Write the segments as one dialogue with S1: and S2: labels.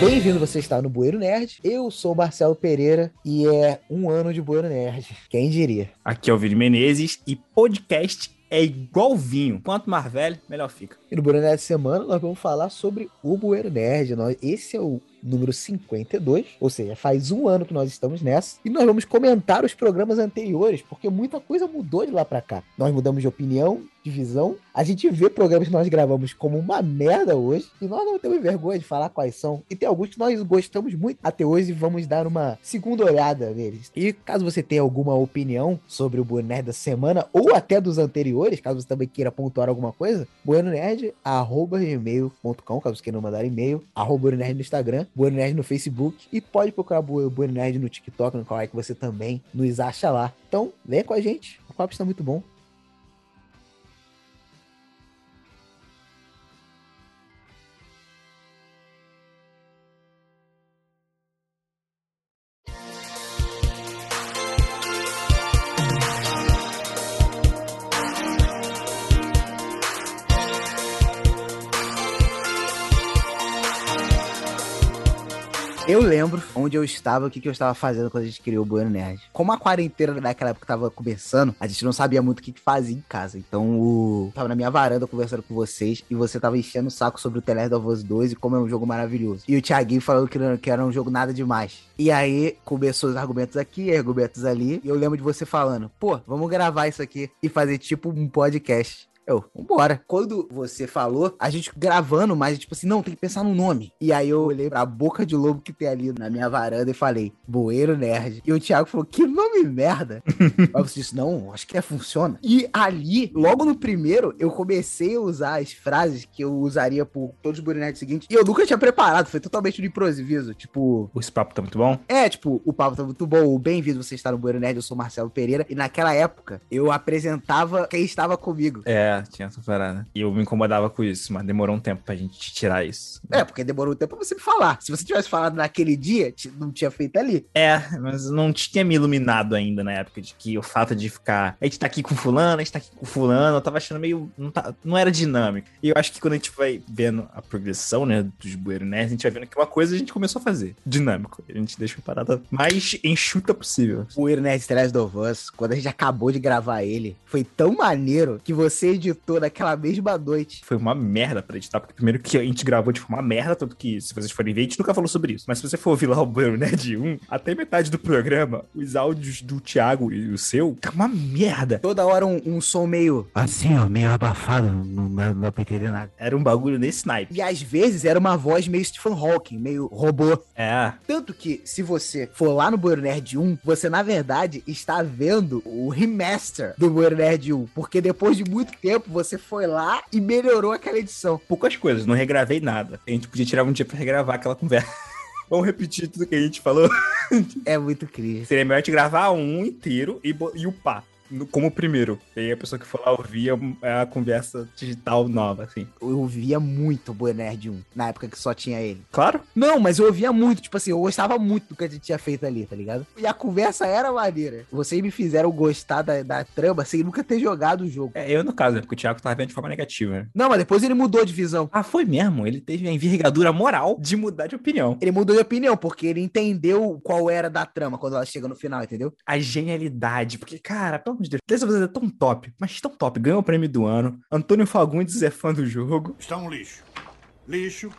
S1: Bem-vindo, você está no Bueiro Nerd. Eu sou o Marcelo Pereira e é um ano de Bueiro Nerd. Quem diria?
S2: Aqui é o Vini Menezes e podcast é igual vinho. Quanto mais velho, melhor fica.
S1: E no Bueiro Nerd essa semana nós vamos falar sobre o Bueiro Nerd. Nós- Esse é o número 52, ou seja, faz um ano que nós estamos nessa. E nós vamos comentar os programas anteriores, porque muita coisa mudou de lá pra cá. Nós mudamos de opinião, de visão. A gente vê programas que nós gravamos como uma merda hoje, e nós não temos vergonha de falar quais são. E tem alguns que nós gostamos muito até hoje e vamos dar uma segunda olhada neles. E caso você tenha alguma opinião sobre o Bueno Nerd da semana, ou até dos anteriores, caso você também queira pontuar alguma coisa, buenonerd.gmail.com, caso você queira mandar e-mail, arroba Bueno Nerd no Instagram, Bueno Nerd no Facebook, e pode procurar Bu- Bueno Nerd no TikTok, no qual é que você também nos acha lá. Então, venha com a gente, o papo está muito bom. Eu lembro onde eu estava, o que, que eu estava fazendo quando a gente criou o Bueno Nerd. Como a quarentena naquela época estava começando, a gente não sabia muito o que, que fazia em casa. Então, o... tava na minha varanda conversando com vocês e você tava enchendo o saco sobre o The Last of Us 2 e como era um jogo maravilhoso. E o Thiaguinho falando que, não- que era um jogo nada demais. E aí, começou os argumentos aqui, argumentos ali. E eu lembro de você falando, pô, vamos gravar isso aqui e fazer tipo um podcast. Eu, vambora. Quando você falou, a gente gravando, mas tipo assim, não, tem que pensar no nome. E aí eu olhei pra boca de lobo que tem ali na minha varanda e falei, Boeiro Nerd. E o Thiago falou, que nome merda. aí você disse, não, acho que é, funciona. E ali, logo no primeiro, eu comecei a usar as frases que eu usaria por todos os Boeiro Nerds seguintes. E eu nunca tinha preparado, foi totalmente no improviso. Tipo,
S2: Esse papo tá muito bom?
S1: é, tipo, o papo tá muito bom. o Bem-vindo, você está no Bueiro Nerd, eu sou o Marcelo Pereira. E naquela época, eu apresentava quem estava comigo.
S2: É, tinha essa parada. E eu me incomodava com isso, mas demorou um tempo pra gente tirar isso.
S1: É, porque demorou um tempo pra você me falar. Se você tivesse falado naquele dia, ti- não tinha feito ali.
S2: É, mas não tinha me iluminado ainda na época de que o fato de ficar. A gente tá aqui com fulano, a gente tá aqui com fulano, eu tava achando meio. Não, tá- não era dinâmico. E eu acho que quando a gente vai vendo a progressão, né, dos bueiros nerds, a gente vai vendo que uma coisa a gente começou a fazer. Dinâmico. A gente deixa a parada mais enxuta possível.
S1: Bueiro Nerd Estrellas do Vans, quando a gente acabou de gravar ele, foi tão maneiro que você editou naquela mesma noite.
S2: foi uma merda pra editar, porque primeiro que a gente gravou de forma merda, tanto que se vocês forem ver, a gente nunca falou sobre isso. Mas se você for ouvir lá o Banheiro Nerd 1, até metade do programa, os áudios do Thiago e o seu, tá uma merda.
S1: Toda hora um, um som meio. Assim, ó, meio abafado, não dá, não dá pra entender nada.
S2: Era um bagulho nesse naipe.
S1: E às vezes era uma voz meio Stephen Hawking, meio robô.
S2: É.
S1: Tanto que, se você for lá no Bueiro Nerd 1, você, na verdade, está vendo o remaster do Bueiro Nerd 1. Porque depois de muito tempo, você foi lá e melhorou aquela edição.
S2: Poucas coisas, não regravei nada. A gente podia tirar um dia pra regravar aquela conversa. Vamos repetir tudo que a gente falou.
S1: É muito crise.
S2: Seria melhor a gente gravar um inteiro e, bo- e upar. no- Como o primeiro. E aí a pessoa que for lá ouvir é a conversa digital nova, assim.
S1: Eu ouvia muito o Bueiro Nerd 1, na época que só tinha ele.
S2: Claro,
S1: Não, mas eu ouvia muito, tipo assim, eu gostava muito do que a gente tinha feito ali, tá ligado? E a conversa era maneira. Vocês me fizeram gostar da, da trama sem nunca ter jogado o jogo.
S2: É, eu no caso, né? Porque o Thiago tava vendo de forma negativa, né?
S1: Não, mas depois ele mudou de visão.
S2: Ah, foi mesmo. Ele teve a envergadura moral de mudar de opinião.
S1: Ele mudou de opinião, porque ele entendeu qual era da trama quando ela chega no final, entendeu?
S2: A genialidade. Porque, cara, pelo amor de Deus, dessa vez é tão top, mas tão top. Ganhou o prêmio do ano. Antônio Fagundes é fã do jogo.
S3: Está um lixo. Lixo,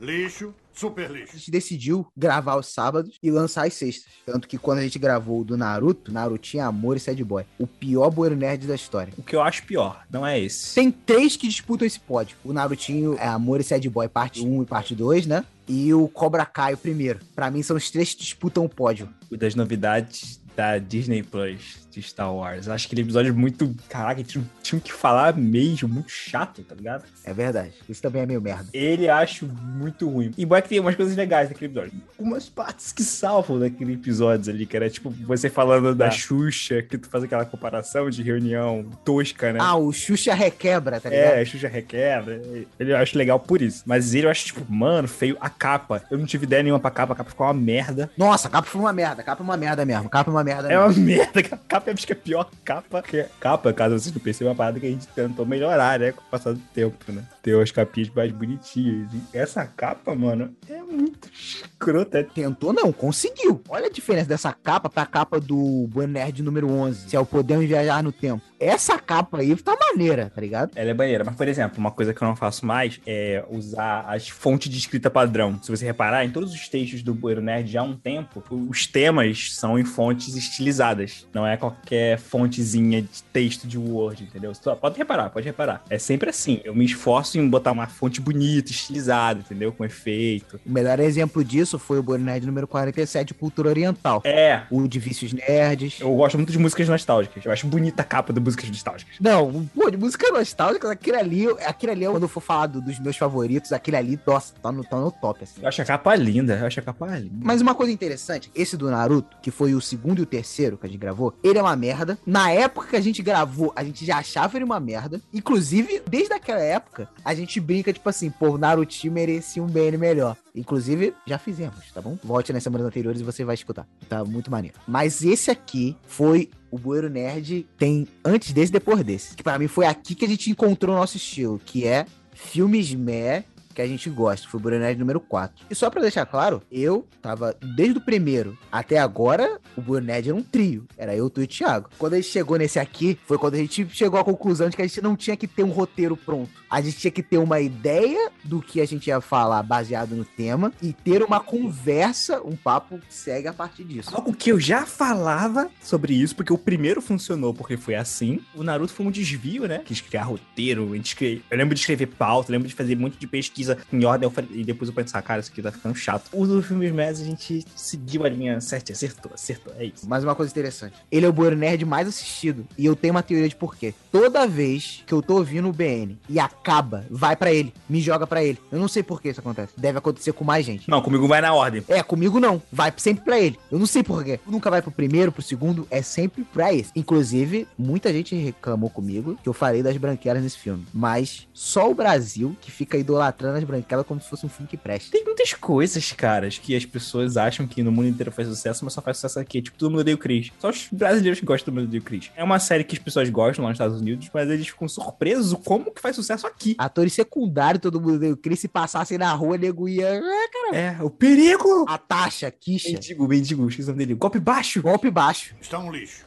S3: lixo, super
S1: a
S3: lixo.
S1: gente decidiu gravar os sábados e lançar às sextas. Tanto que quando a gente gravou o do Naruto, Narutinha Amor e Sad Boy, o pior Bueiro Nerd da história.
S2: O que eu acho pior, não é esse.
S1: Tem três que disputam esse pódio. O Narutinho é Amor e Sad Boy, parte 1 e parte 2, né? E o Cobra Kai, o primeiro. Pra mim, são os três que disputam o pódio.
S2: O das novidades da Disney Plus de Star Wars. Eu Acho aquele episódio muito. Caraca, tinha, tinha que falar mesmo, muito chato, tá ligado?
S1: É verdade. Isso também é meio merda.
S2: Ele acho muito ruim. Embora que tenha umas coisas legais naquele episódio. Umas partes que salvam daquele episódio ali, que era tipo você falando da Xuxa, que tu faz aquela comparação de reunião tosca, né?
S1: Ah, o Xuxa requebra, tá ligado?
S2: É, Xuxa requebra. Ele eu acho legal por isso. Mas ele eu acho, tipo, mano, feio a capa. Eu não tive ideia nenhuma pra capa, a capa ficou uma merda.
S1: Nossa, a capa foi uma merda. a Capa é uma merda mesmo. a Capa é uma merda
S2: É
S1: mesmo.
S2: uma merda, que a capa é acho que é a pior capa. Que capa, caso vocês não percebam, é uma parada que a gente tentou melhorar, né? Com o passar do tempo, né? Ter umas capinhas mais bonitinhas. E essa capa, mano, é um muito escrota. é
S1: Tentou não, conseguiu. Olha a diferença dessa capa pra capa do Bueno Nerd número 11, se é o Podemos Viajar no Tempo. Essa capa aí tá maneira, tá ligado?
S2: Ela é banheira. Mas, por exemplo, uma coisa que eu não faço mais é usar as fontes de escrita padrão. Se você reparar, em todos os textos do Bueiro Nerd já há um tempo, os temas são em fontes estilizadas. Não é qualquer fontezinha de texto de Word, entendeu? Só- Pode reparar, pode reparar. É sempre assim. Eu me esforço em botar uma fonte bonita, estilizada, entendeu? Com efeito.
S1: O melhor exemplo disso foi o Bueno Nerd número 47, Cultura Oriental.
S2: É,
S1: O de Vícios Nerds.
S2: eu gosto muito de músicas nostálgicas. Eu acho bonita a capa de músicas nostálgicas.
S1: Não, pô, de música nostálgica, aquele ali, aquele ali, é quando eu for falar do- dos meus favoritos, aquele ali, nossa, tá no, tá no top, assim.
S2: Eu acho a capa linda, eu acho a capa linda.
S1: Mas uma coisa interessante, esse do Naruto, que foi o segundo e o terceiro que a gente gravou, ele é uma merda. Na época que a gente gravou, a gente já achava ele uma merda. Inclusive, desde aquela época, a gente brinca, tipo assim, pô, o Naruto merecia um BN melhor. Inclusive, já fizemos, tá bom? Volte nas semanas anteriores e você vai escutar. Tá muito maneiro. Mas esse aqui foi o Bueiro Nerd tem antes desse e depois desse. Que pra mim foi aqui que a gente encontrou o nosso estilo, que é filmes meh que a gente gosta. Foi o Bueiro Nerd número 4. E só pra deixar claro, eu tava desde o primeiro até agora, o Bueiro Nerd era um trio. Era eu, tu e o Thiago. Quando a gente chegou nesse aqui, foi quando a gente chegou à conclusão de que a gente não tinha que ter um roteiro pronto. A gente tinha que ter uma ideia do que a gente ia falar baseado no tema e ter uma conversa, um papo que segue a partir disso.
S2: Algo que eu já falava sobre isso, porque o primeiro funcionou porque foi assim. O Naruto foi um desvio, né? Quis criar roteiro, a gente escre- eu lembro de escrever pauta, eu lembro de fazer um monte de pesquisa em ordem, eu falei- e depois eu pensei, ah, cara, isso aqui tá ficando chato. O do filme Messi, a gente seguiu a linha certa, acertou, acertou, é isso.
S1: Mas uma coisa interessante. Ele é o Bueiro Nerd mais assistido. E eu tenho uma teoria de porquê. Toda vez que eu tô ouvindo o BN e acaba, vai pra ele. Me joga pra ele. Eu não sei por que isso acontece. Deve acontecer com mais gente.
S2: Não, comigo vai na ordem.
S1: É, comigo não. Vai sempre pra ele. Eu não sei porquê. Nunca vai pro primeiro, pro segundo. É sempre pra esse. Inclusive, muita gente reclamou comigo que eu falei das branquelas nesse filme. Mas só o Brasil que fica idolatrando as branquelas como se fosse um filme que presta.
S2: Tem muitas coisas, caras, que as pessoas acham que no mundo inteiro faz sucesso, mas só faz sucesso aqui. Tipo, todo mundo odeia o Chris. Só os brasileiros que gostam do mundo odeia o Chris. É uma série que as pessoas gostam lá nos Estados Unidos, mas eles ficam surpresos como que faz sucesso aqui.
S1: Atores secundários, todo mundo deu Chris. Se passassem na rua, nego ia. "Ah,
S2: É, o perigo!
S1: A taxa, quicha.
S2: Ah, Mendigo, mendigo, esqueci o nome dele. Golpe baixo!
S1: Golpe baixo.
S3: Está um lixo.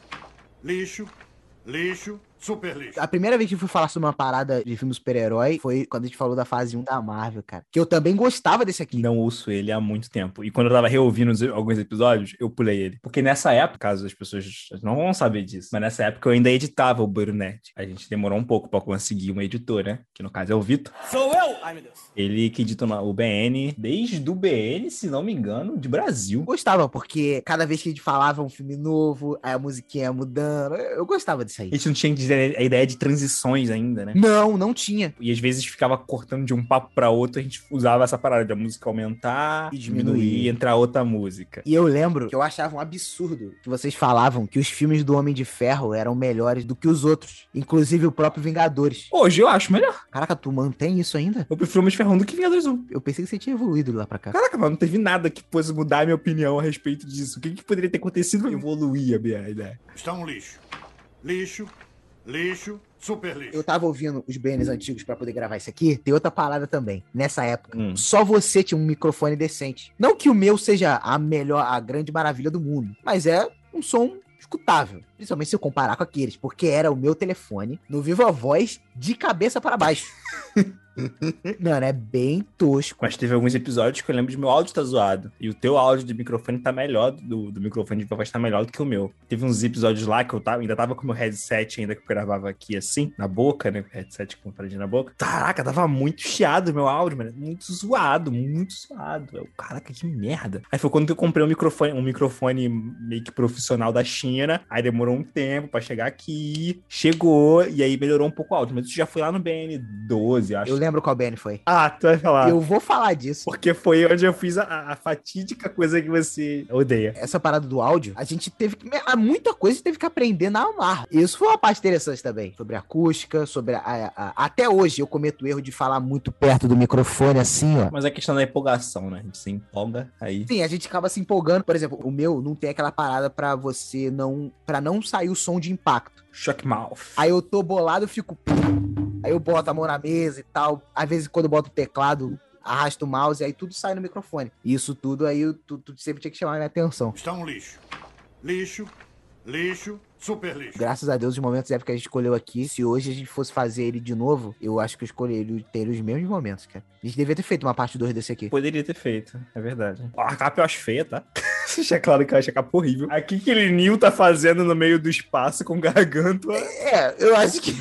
S3: Lixo, lixo, super lixo.
S1: A primeira vez que eu fui falar sobre uma parada de filme super-herói foi quando a gente falou da fase 1 da Marvel, cara. Que eu também gostava desse aqui.
S2: Não ouço ele há muito tempo. E quando eu tava reouvindo os- alguns episódios, eu pulei ele. Porque nessa época, caso as pessoas não vão saber disso, mas nessa época eu ainda editava o Bueiro Nerd. A gente demorou um pouco pra conseguir um editor, né? Que no caso é o Vitor.
S4: Sou eu! Ai, meu Deus.
S2: Ele que edita na- o BN desde o BN, se não me engano, de Brasil.
S1: Eu gostava, porque cada vez que a gente falava um filme novo, aí a musiquinha ia mudando. Eu eu gostava disso aí.
S2: A gente não tinha dizer- a ideia de transições ainda, né?
S1: Não, não tinha.
S2: E às vezes ficava cortando de um papo pra outro, a gente usava essa parada de a música aumentar
S1: E
S2: e
S1: diminuir.
S2: diminuir e entrar outra música.
S1: E eu lembro que eu achava um absurdo que vocês falavam que os filmes do Homem de Ferro eram melhores do que os outros, inclusive o próprio Vingadores.
S2: Hoje eu acho melhor.
S1: Caraca, tu mantém isso ainda?
S2: Eu prefiro Homem de Ferro 1 do que Vingadores 1.
S1: Eu pensei que você tinha evoluído lá pra cá.
S2: Caraca, mano, não teve nada que fosse mudar a minha opinião a respeito disso. O que, que poderia ter acontecido pra eu evoluir a minha ideia?
S3: Está um lixo. Lixo, lixo, super lixo.
S1: Eu tava ouvindo os BNs antigos pra poder gravar isso aqui. Tem outra parada também. Nessa época,
S2: Hum.
S1: só você tinha um microfone decente. Não que o meu seja a melhor, a grande maravilha do mundo, mas é um som escutável. Principalmente se eu comparar com aqueles, porque era o meu telefone no Viva Voz de cabeça para baixo. Mano, é bem tosco.
S2: Mas teve alguns episódios que eu lembro de meu áudio tá zoado. E o teu áudio do microfone tá melhor, do, do microfone de voz tá melhor do que o meu. Teve uns episódios lá que eu tava, ainda tava com o meu headset ainda que eu gravava aqui assim, na boca, né? Headset com paradinha na boca. Caraca, tava muito chiado meu áudio, mano. Muito zoado, muito zoado. Eu, caraca, que merda. Aí foi quando eu comprei um microfone, um microfone meio que profissional da China. Aí demorou um tempo pra chegar aqui. Chegou, e aí melhorou um pouco o áudio. Mas isso já foi lá no BN12, acho.
S1: Eu lembro qual BN foi.
S2: Ah, tu vai falar.
S1: Eu vou falar disso.
S2: Porque foi onde eu fiz a, a fatídica coisa que você odeia.
S1: Essa parada do áudio, a gente teve que. há Muita coisa teve que aprender na marra. Isso foi uma parte interessante também. Sobre acústica, sobre. a- a- a- até hoje eu cometo o erro de falar muito perto do microfone, assim, ó.
S2: Mas é questão da empolgação, né? A gente se empolga aí.
S1: Sim, a gente acaba se empolgando. Por exemplo, o meu não tem aquela parada pra você não. para não sair o som de impacto.
S2: Shock mouth.
S1: Aí eu tô bolado, eu fico. Aí eu boto a mão na mesa e tal. Às vezes, quando eu boto o teclado, arrasta o mouse, aí tudo sai no microfone. E isso tudo aí eu- tu, tu sempre tinha que chamar a minha atenção.
S3: Está um lixo. Lixo, lixo, super lixo.
S1: Graças a Deus, os momentos épicos que a gente escolheu aqui, se hoje a gente fosse fazer ele de novo, eu acho que eu escolheria ter os mesmos momentos, cara. A gente devia ter feito uma parte 2 desse aqui.
S2: Poderia ter feito, é verdade. A capa eu acho feia, tá? Deixa claro que eu acho a capa horrível. Aqui que ele Nil tá fazendo no meio do espaço com garganta.
S1: É, eu acho que.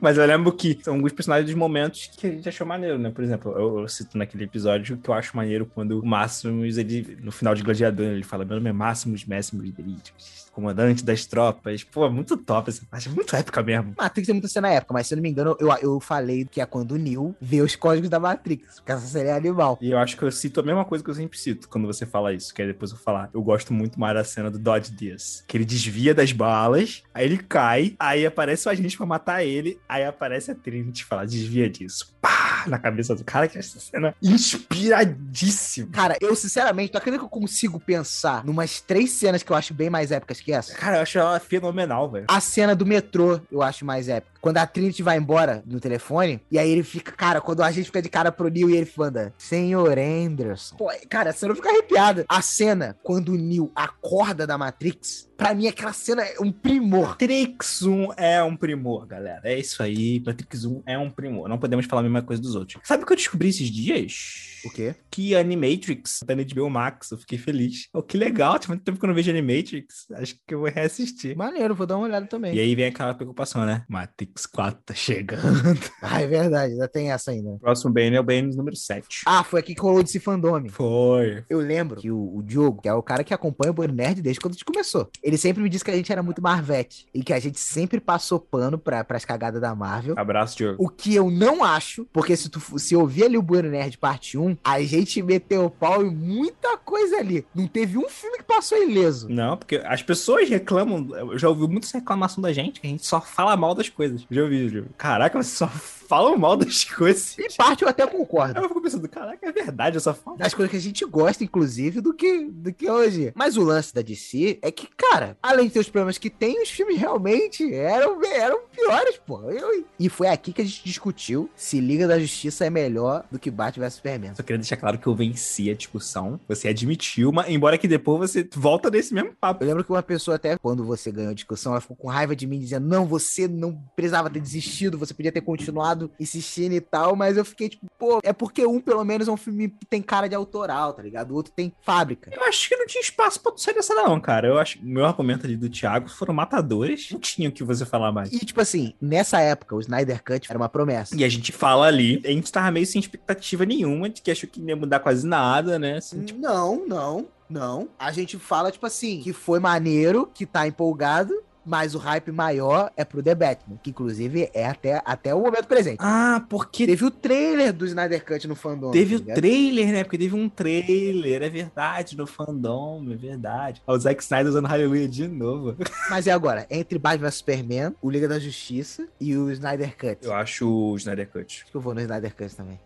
S2: Mas eu lembro que são alguns personagens dos momentos que a gente achou maneiro, né? Por exemplo, eu, eu cito naquele episódio que eu acho maneiro quando o Máximos, ele, no final de Gladiador, ele fala: Meu nome é Máximos Máximos Delícios, comandante das tropas. Pô, é muito top essa parte, é muito épica mesmo.
S1: Matrix Ah, tem muita cena assim época, mas se eu não me engano, eu, eu falei que é quando o Neo vê os códigos da Matrix, porque essa série é animal.
S2: E eu acho que eu cito a mesma coisa que eu sempre cito quando você fala isso, que aí depois eu falar. Eu gosto muito mais da cena do Dodge Dias. Que ele desvia das balas, aí ele cai, aí aparece o agente pra matar ele, aí aparece a Trinity e fala: desvia disso. Pá! Na cabeça do cara, que essa cena inspiradíssima.
S1: Cara, eu sinceramente, tu acredita que eu consigo pensar numas três cenas que eu acho bem mais épicas que essa?
S2: Cara, eu acho ela fenomenal, velho.
S1: A cena do metrô eu acho mais épica. Quando a Trinity vai embora no telefone, e aí ele fica, cara, quando a gente fica de cara pro Neil e ele manda, Senhor Anderson. Pô, cara, você não fica arrepiada. A cena quando o Neil acorda da Matrix, pra mim aquela cena é um primor.
S2: Matrix 1 é um primor, galera. É isso aí. Matrix 1 é um primor. Não podemos falar a mesma coisa dos outros. Sabe o que eu descobri esses dias?
S1: O quê?
S2: Que Animatrix tá na HBO Max. Eu fiquei feliz. Oh, que legal. Tem muito tempo que eu não vejo Animatrix. Acho que eu vou reassistir.
S1: Maneiro, vou dar uma olhada também.
S2: E aí vem aquela preocupação, né? Matrix 4 tá chegando.
S1: Ah, é verdade, ainda tem essa ainda. né?
S2: O próximo BN é o BN número 7.
S1: Ah, foi aqui que rolou desse fandome.
S2: Foi.
S1: Eu lembro que o, o Diogo, que é o cara que acompanha o Boi Nerd desde quando a gente começou, ele sempre me disse que a gente era muito Marvete e que a gente sempre passou pano pra, pras cagadas da Marvel.
S2: Abraço, Diogo.
S1: O que eu não acho, porque se tu f- se ouvir ali o Bueno Nerd parte 1, a gente meteu o pau em muita coisa ali. Não teve um filme que passou ileso.
S2: Não, porque as pessoas reclamam. Eu já ouvi muita reclamação da gente, que a gente só fala mal das coisas. Já ouvi, Júlio. Caraca, vocês só falam mal das coisas.
S1: Em parte eu até
S2: Aí
S1: concordo.
S2: eu fico pensando, caraca, é verdade, eu só falo.
S1: Das coisas que a gente gosta, inclusive, do que, do que hoje. Mas o lance da DC é que, cara, além de ter os problemas que tem, os filmes realmente eram, eram piores, pô. Eu- E foi aqui que a gente discutiu se Liga da Justiça é melhor do que Batman vs Superman.
S2: Só queria deixar claro que eu venci a discussão. Você admitiu, mas embora que depois você volta nesse mesmo papo.
S1: Eu lembro que uma pessoa até, quando você ganhou a discussão, ela ficou com raiva de mim, dizendo, não, você não precisava ter desistido, você podia ter continuado insistindo e tal, mas eu fiquei tipo, pô, é porque um, pelo menos, é um filme que tem cara de autoral, tá ligado? O outro tem fábrica.
S2: Eu acho que não tinha espaço pra tu sair dessa, não, cara. Eu acho. Meu argumento ali do Thiago foram matadores. Não tinha o que você falar mais.
S1: E, tipo assim, nessa época, o Snyder Cut era uma promessa.
S2: E é a gente fala ali, a gente tava meio sem expectativa nenhuma, de que achou que não ia mudar quase nada, né? Assim, tipo,
S1: Não, não, não. A gente fala, tipo assim, que foi maneiro, que tá empolgado, mas o hype maior é pro The Batman, que, inclusive, é até, até o momento presente.
S2: ah, porque
S1: Teve o trailer do Snyder Cut no fandom.
S2: Teve
S1: tá
S2: o
S1: ligado?
S2: trailer, né? Porque teve um trailer, é verdade, no fandom, é verdade. Ó, O Zack Snyder usando Hallelujah de novo.
S1: Mas e agora? Entre Batman vs Superman, o Liga da Justiça e o Snyder Cut.
S2: Eu acho o Snyder Cut.
S1: Acho que eu vou no Snyder Cut também.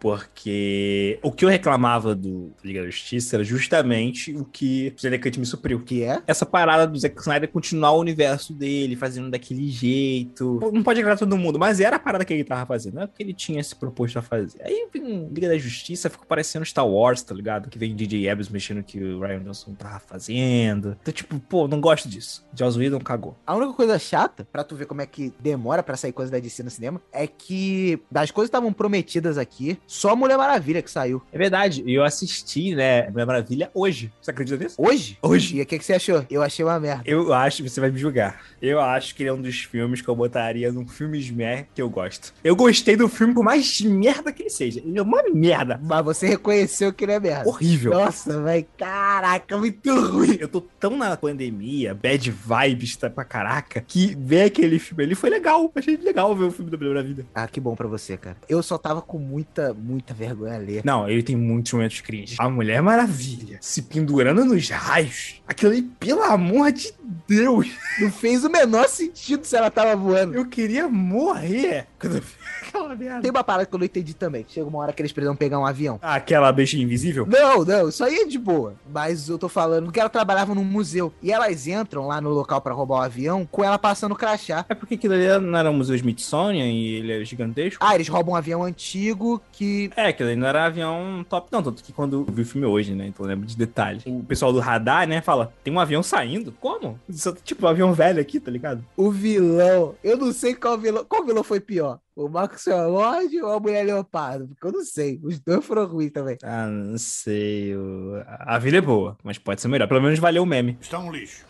S2: Porque o que eu reclamava do Liga da Justiça era justamente o que o Snyder Cut me supriu.
S1: O que é?
S2: Essa parada do Zack Snyder continuar o universo dele, fazendo daquele jeito. Pô, Não pode agradar todo mundo, mas era a parada que ele tava fazendo. É o que ele tinha se proposto a fazer. Aí vem um Liga da Justiça, ficou parecendo Star Wars, tá ligado? Que vem DJ Abrams mexendo no que o Ryan Johnson tava fazendo. Então, tipo, pô, não gosto disso. Joss Whedon cagou.
S1: A única coisa chata, pra tu ver como é que demora pra sair coisa da DC no cinema, é que das coisas que estavam prometidas aqui, só Mulher Maravilha que saiu.
S2: É verdade, eu assisti, né, Mulher Maravilha hoje. Você acredita nisso?
S1: Hoje?
S2: Hoje.
S1: E o que, que você achou? Eu achei uma merda.
S2: Eu acho, você vai me julgar. Eu acho que ele é um dos filmes que eu botaria num filme de merda que eu gosto. Eu gostei do filme, por mais merda que ele seja. Ele é uma merda.
S1: Mas você reconheceu que ele é merda.
S2: Horrível.
S1: Nossa, velho. Caraca, muito ruim.
S2: é Eu tô tão na pandemia, bad vibes tá pra caraca, que ver aquele filme ali foi legal. Achei legal ver o filme da Mulher Vida.
S1: Ah, que bom pra você, cara. Eu só tava com muita, muita vergonha ali.
S2: Não, ele tem muitos momentos cringe. A Mulher Maravilha se pendurando nos raios. Aquilo ali, pelo amor de Deus,
S1: Não fez o menor sentido se ela tava voando.
S2: eu queria morrer. Quando eu vi aquela merda.
S1: Tem uma parada que eu não entendi também. que Chega uma hora que eles precisam pegar um avião.
S2: Ah, Aquela bicha invisível?
S1: Não, não, isso aí é de boa. Mas eu tô falando que ela trabalhava num museu. E elas entram lá no local pra roubar o avião com ela passando crachá.
S2: É porque aquilo ali não era um museu Smithsonian e ele é gigantesco?
S1: Ah, eles roubam um avião antigo que.
S2: É, aquilo ali não era avião top, não. Tanto que quando eu vi o filme hoje, né? Então eu lembro de detalhes. O pessoal do radar, né, fala: tem um avião saindo? Como? Isso é tipo um avião velho aqui, tá ligado?
S1: O vilão. Eu não sei qual vilão. Qual vilão foi pior? O Maxwell Lord ou a Mulher Leopardo? Porque eu não sei. Os dois foram ruins também.
S2: Ah, não sei. o- A a vida é boa, mas pode ser melhor. Pelo menos valeu o meme.
S3: Está um lixo.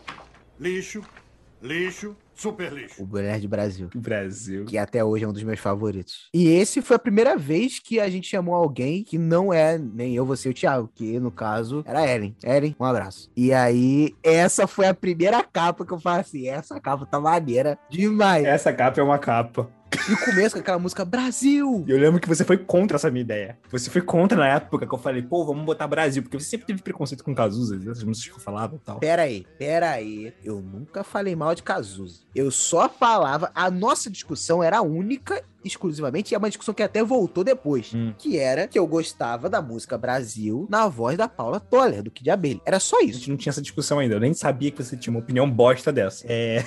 S3: Lixo, lixo, super lixo.
S1: O Mulher de Brasil.
S2: Brasil.
S1: Que até hoje é um dos meus favoritos. E esse foi a primeira vez que a gente chamou alguém que não é nem eu, você e o Thiago, que no caso era a Eren. Eren, um abraço. E aí, essa foi a primeira capa que eu falei assim: essa capa tá maneira demais.
S2: Essa capa é uma capa.
S1: E o começo com aquela música Brasil.
S2: E eu lembro que você foi contra essa minha ideia. Você foi contra na época que eu falei, pô, vamos botar Brasil, porque você sempre teve preconceito com Cazuza, essas músicas que eu falava e tal.
S1: Pera aí, pera aí. Eu nunca falei mal de Cazuza. Eu só falava. A nossa discussão era única, exclusivamente, e é uma discussão que até voltou depois.
S2: Hum.
S1: Que era que eu gostava da música Brasil na voz da Paula Toller, do Kid Abelha. Era só
S2: A
S1: isso.
S2: gente não tinha essa discussão ainda. Eu nem sabia que você tinha uma opinião bosta dessa. É.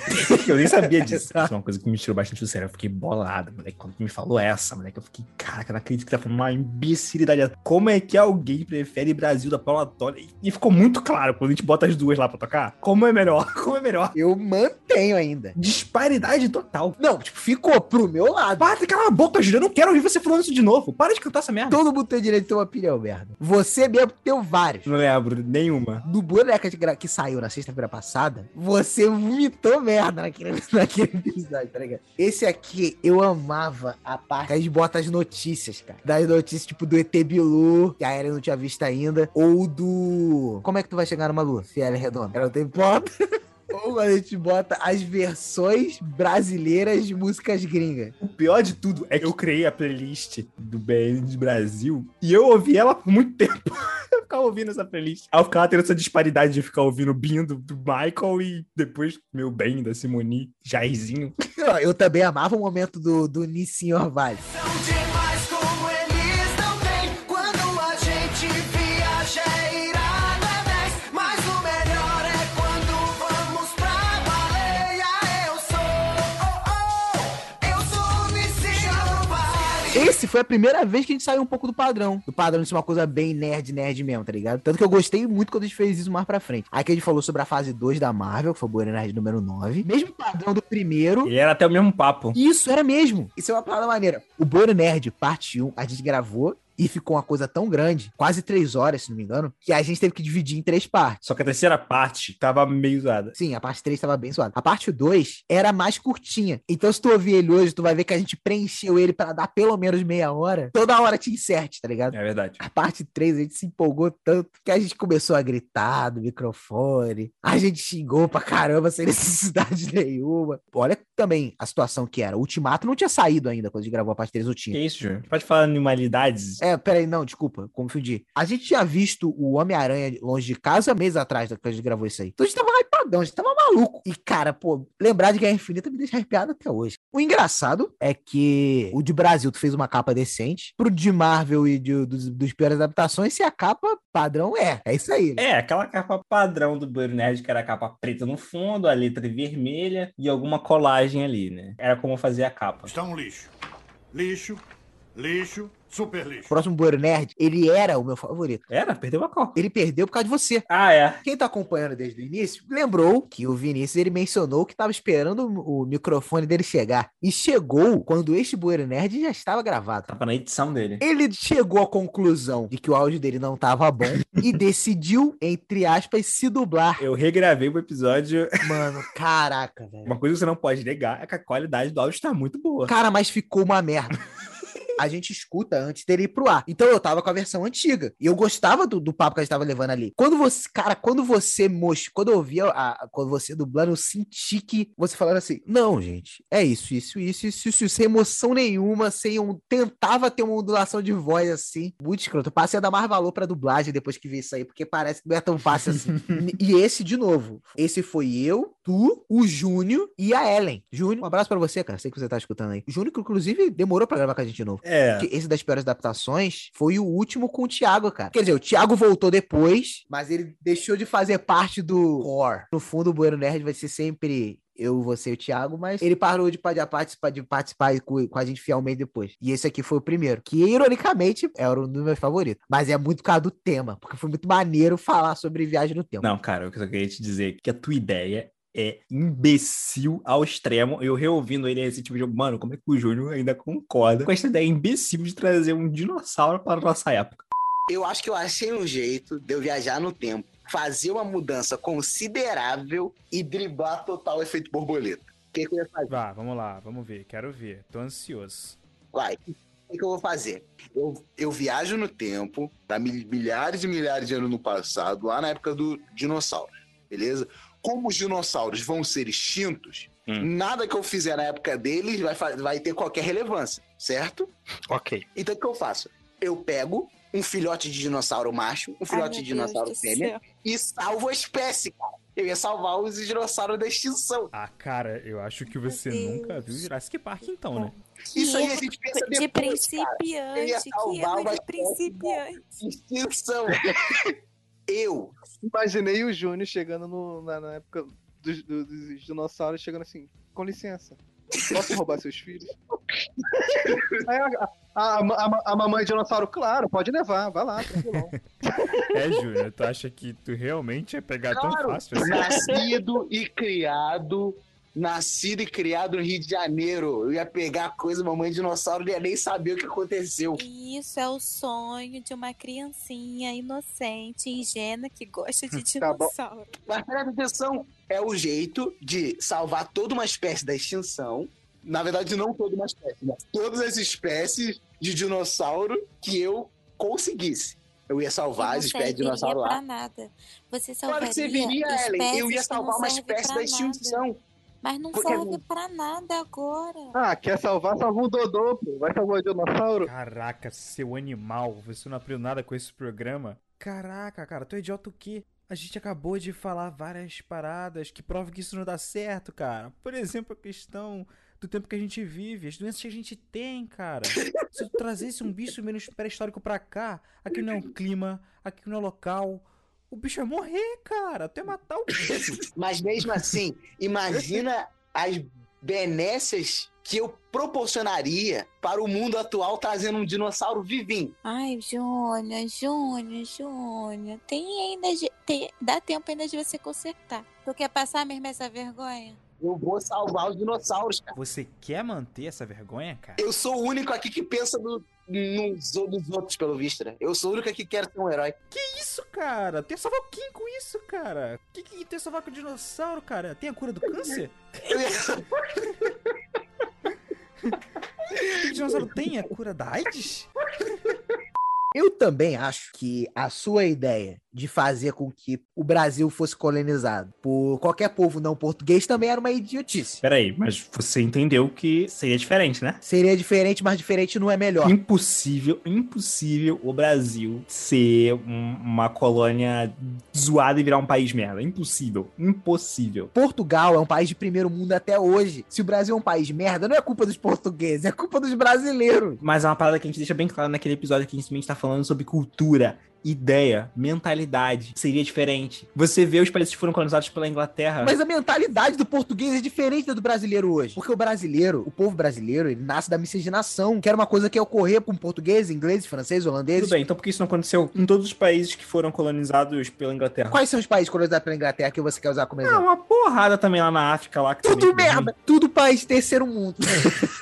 S2: eu nem sabia disso. Isso é uma coisa que me tirou bastante do sério. Eu fiquei bolado, moleque. Quando tu me falou essa, moleque, eu fiquei, caraca, não acredito que tá falando uma imbecilidade. Como é que alguém prefere Brasil da Paula Toller? E ficou muito claro quando a gente bota as duas lá pra tocar. Como é melhor? Como é melhor?
S1: Eu mantenho ainda.
S2: Disparidade total.
S1: Não, tipo, ficou pro meu lado.
S2: Para, cala a boca, Júlio. Eu não quero ouvir você falando isso de novo. Para de cantar essa merda.
S1: Todo mundo tem direito de ter uma opinião, merda. Você mesmo teu vários.
S2: Não lembro nenhuma.
S1: Do boneca de gra- que saiu na sexta-feira passada, você vomitou merda naquele, naquele episódio, tá ligado? Esse aqui, eu amava a parte que a gente bota as notícias, cara. Das notícias, tipo, do ET Bilu, que a Eren não tinha visto ainda. Ou do... Como é que tu vai chegar numa lua, se ela é redonda? Ela não tem ponta. Ou a gente bota as versões brasileiras de músicas gringas.
S2: O pior de tudo é que eu criei a playlist do BN de Brasil e eu ouvi ela por muito tempo. Eu ficava ouvindo essa playlist. Aí eu ficava tendo essa disparidade de ficar ouvindo o Binho do, do Michael e depois meu bem da Simoni, Jairzinho.
S1: Eu- Eu também amava o momento do, do Nissin Orvalho.
S4: demais como eles não tem. Quando a gente viaja é irado, é 10. Mas o melhor é quando vamos pra baleia. Eu sou, oh, oh, eu sou o Nissinho Vale.
S1: Esse foi a primeira vez que a gente saiu um pouco do padrão. Do padrão de ser uma coisa bem nerd, nerd mesmo, tá ligado? Tanto que eu gostei muito quando a gente fez isso mais pra frente. Aí que a gente falou sobre a fase 2 da Marvel, que foi o Buenas Nerd número 9. Mesmo padrão do primeiro.
S2: E era até o mesmo papo.
S1: Isso, era mesmo. Isso é uma palavra maneira. O Boro Nerd, parte 1, a gente gravou e ficou uma coisa tão grande, quase três horas, se não me engano, que a gente teve que dividir em três partes.
S2: Só que a terceira parte tava meio usada.
S1: Sim, a parte 3 estava bem zoada. A parte 2 era mais curtinha. Então, se tu ouvir ele hoje, tu vai ver que a gente preencheu ele pra dar pelo menos meia hora. Toda hora te insert, tá ligado?
S2: É verdade.
S1: A parte 3 a gente se empolgou tanto que a gente começou a gritar do microfone. A gente xingou pra caramba sem necessidade nenhuma. Olha também a situação que era. O Ultimato não tinha saído ainda quando a gente gravou a parte 3, não tinha.
S2: Que isso, Júlio? Pode falar animalidades?
S1: É, peraí, não, desculpa, confundi. A gente tinha visto o Homem-Aranha longe de casa meses atrás, da que a gente gravou isso aí. Então a gente tava hypadão, a gente tava maluco. E, cara, pô, lembrar de Guerra Infinita me deixa arrepiado até hoje. O engraçado é que o de Brasil tu fez uma capa decente. Pro de Marvel e de- dos, dos piores adaptações, se a capa padrão é. É isso aí. né?
S2: É, aquela capa padrão do Banheiro Nerd, que era a capa preta no fundo, a letra vermelha e alguma colagem ali, né? Era como fazer a capa.
S3: Está um lixo. Lixo, lixo, super
S1: O
S3: lixo.
S1: próximo Boeiro Nerd, ele era o meu favorito.
S2: Era, perdeu uma cor.
S1: Ele perdeu por causa de você.
S2: Ah, é.
S1: Quem tá acompanhando desde o início lembrou que o Vinícius ele mencionou que tava esperando o microfone dele chegar. E chegou quando este Bueiro Nerd já estava gravado.
S2: Tava na edição dele.
S1: Ele chegou à conclusão de que o áudio dele não tava bom e decidiu, entre aspas, se dublar.
S2: Eu regravei o episódio.
S1: Mano, caraca, velho.
S2: Uma coisa que você não pode negar é que a qualidade do áudio tá muito boa.
S1: Cara, mas ficou uma merda. A gente escuta antes dele ir pro ar. Então eu tava com a versão antiga. E eu gostava do, do papo que a gente tava levando ali. Quando você. Cara, quando você mostrou. Quando eu ouvia. a- quando você dublando, eu senti que você falando assim: Não, gente. É isso, isso, isso, isso, isso. Sem emoção nenhuma. Sem um. Tentava ter uma ondulação de voz assim. Muito escroto. Eu passei a dar mais valor pra dublagem depois que vi isso aí. Porque parece que não é tão fácil assim. e esse, de novo. Esse foi eu. tu, o Júnior e a Ellen. Júnior, um abraço pra você, cara. Sei que você tá escutando aí. O Júnior, que inclusive demorou pra gravar com a gente de novo.
S2: É.
S1: Porque esse das piores adaptações foi o último com o Thiago, cara. Quer dizer, o Thiago voltou depois, mas ele deixou de fazer parte do core. No fundo, o Bueno Nerd vai ser sempre eu, você e o Thiago, mas ele parou de pa- de participar, de participar com, com a gente fielmente depois. E esse aqui foi o primeiro, que ironicamente era um dos meus favoritos. Mas é muito por causa do tema, porque foi muito maneiro falar sobre viagem no tempo.
S2: Não, cara, eu só queria te dizer que a tua ideia é imbecil ao extremo. Eu reouvindo ele esse tipo de jogo, mano, como é que o Júnior ainda concorda com essa ideia imbecil de trazer um dinossauro para a nossa época?
S5: Eu acho que eu achei um jeito de eu viajar no tempo, fazer uma mudança considerável e driblar total o efeito borboleta. O que, que eu ia fazer?
S6: Vá, vamos lá, vamos ver, quero ver. Tô ansioso.
S5: Vai. O que, que eu vou fazer? Eu, eu viajo no tempo, tá mil- milhares e milhares de anos no passado, lá na época do dinossauro, beleza? Como os dinossauros vão ser extintos,
S2: Hum.
S5: nada que eu fizer na época deles vai, fa- vai ter qualquer relevância, certo?
S7: Ok.
S5: Então o que eu faço? Eu pego um filhote de dinossauro macho, um filhote de dinossauro fêmea, e salvo a espécie, cara. Eu ia salvar os dinossauros da extinção.
S6: Ah, cara, eu acho que você
S8: Meu
S6: nunca viu Jurassic Park então, né?
S5: Isso aí a gente pensa
S8: é de
S5: depois, cara. Eu ia
S8: principiante, que
S5: salvar
S8: erro
S5: uma
S8: de principiante.
S5: Extinção. Eu.
S7: Imaginei o Júnior chegando no- na, na época dos, do- dos dinossauros, chegando assim, com licença, posso roubar seus filhos? Aí a, a, a- a mamãe dinossauro, claro, pode levar, vai lá, tranquilão.
S6: É, Júnior, tu acha que tu realmente ia pegar tão
S5: Claro.
S6: fácil assim?
S5: Nascido e criado. Nascido e criado no Rio de Janeiro. Eu ia pegar a coisa, mamãe dinossauro, não ia nem saber o que aconteceu.
S8: E Isso é o sonho de uma criancinha inocente, ingênua, que gosta de
S7: Tá bom.
S8: dinossauro.
S5: Mas presta atenção, é o jeito de salvar toda uma espécie da extinção. Na verdade, não toda uma espécie, né? Todas as espécies de dinossauro que eu conseguisse. Eu ia salvar as
S8: você
S5: espécies de
S8: viria
S5: dinossauro
S8: pra
S5: lá.
S8: nada. Você salvaria
S5: Claro que você viria, Ellen. Eu
S8: espécies
S5: ia
S8: que
S5: salvar
S8: não
S5: uma
S8: servem
S5: espécie
S8: pra
S5: da
S8: nada.
S5: extinção.
S8: Mas não
S5: Porque-
S8: serve pra nada agora.
S7: Ah, quer salvar? Salva um Dodô, pô. Vai salvar o dinossauro?
S6: Caraca, seu animal, você não abriu nada com esse programa? Caraca, cara, tu é idiota o quê? A gente acabou de falar várias paradas que provam que isso não dá certo, cara. Por exemplo, a questão do tempo que a gente vive, as doenças que a gente tem, cara. Se eu trazesse um bicho menos pré-histórico pra cá, aqui não é um clima, aqui não é local, o bicho ia morrer, cara. Tu ia matar o bicho.
S5: Mas mesmo assim, imagina as benécias que eu proporcionaria para o mundo atual trazendo um dinossauro vivinho.
S8: Ai, Júnior, Júnior, Júnior. Tem ainda. de- tem- dá tempo ainda de você consertar. Tu quer passar mesmo essa vergonha?
S5: Eu vou salvar os dinossauros, cara.
S6: Você quer manter essa vergonha, cara?
S5: Eu sou o único aqui que pensa no- nos, nos outros, pelo visto, né? Eu sou o único aqui que quer ser um herói.
S6: isso, cara? Tu ia salvar o Kim com isso, cara? O que, que tu ia salvar com o dinossauro, cara? Tem a cura do câncer?
S5: Eu ia-
S6: O que o dinossauro tem? A cura da AIDS?
S1: Eu também acho que a sua ideia de fazer com que o Brasil fosse colonizado por qualquer povo não português também era uma idiotice.
S2: Peraí, mas você entendeu que seria diferente, né?
S1: Seria diferente, mas diferente não é melhor.
S2: Impossível, impossível o Brasil ser um- uma colônia zoada e virar um país merda. Impossível, impossível.
S1: Portugal é um país de primeiro mundo até hoje. Se o Brasil é um país merda, não é culpa dos portugueses, é culpa dos brasileiros.
S2: Mas é uma parada que a gente deixa bem claro naquele episódio que a gente está falando sobre cultura, ideia, mentalidade. Seria diferente. Você vê os países que foram colonizados pela Inglaterra.
S1: Mas a mentalidade do português é diferente da do brasileiro hoje. Porque o brasileiro, o povo brasileiro, ele nasce da miscigenação, que era uma coisa que ia ocorrer para um português, inglês, francês, holandês.
S2: Tudo bem, então por que isso não aconteceu em todos os países que foram colonizados pela Inglaterra?
S1: Quais são os países colonizados pela Inglaterra que você quer usar como
S2: Ah,
S1: exemplo?
S2: uma porrada também lá na África, lá que também
S1: Tudo
S2: foi ruim.
S1: merda! Tudo país terceiro mundo.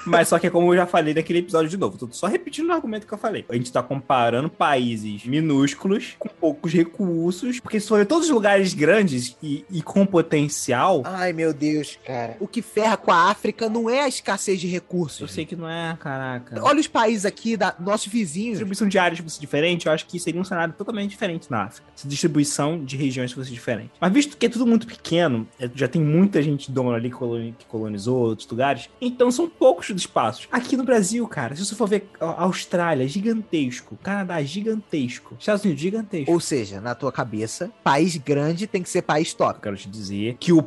S2: Mas só que é como eu já falei naquele episódio de novo, tô só repetindo o argumento que eu falei. A gente tá comparando países minúsculos com poucos recursos, porque se forem todos os lugares grandes e, e com potencial,
S1: Ai, meu Deus, cara. O que ferra com a África não é a escassez de
S2: eu
S1: recursos.
S2: sei que não é, caraca.
S1: Olha os países aqui, da, nossos vizinhos.
S2: distribuição de áreas fosse diferente, eu acho que seria um cenário totalmente diferente na África. Se a distribuição de regiões fosse diferente. Mas visto que é tudo muito pequeno, é- já tem muita gente dona ali que coloni- que colonizou outros lugares, então são poucos os espaços. Aqui no Brasil, cara, se você for ver a Austrália, gigantesco. Canadá, gigantesco. Estados
S9: Estados Unidos, gigantesco.
S1: Ou seja, na tua cabeça, país grande tem que ser país
S2: Eu
S1: top.
S2: quero te dizer que o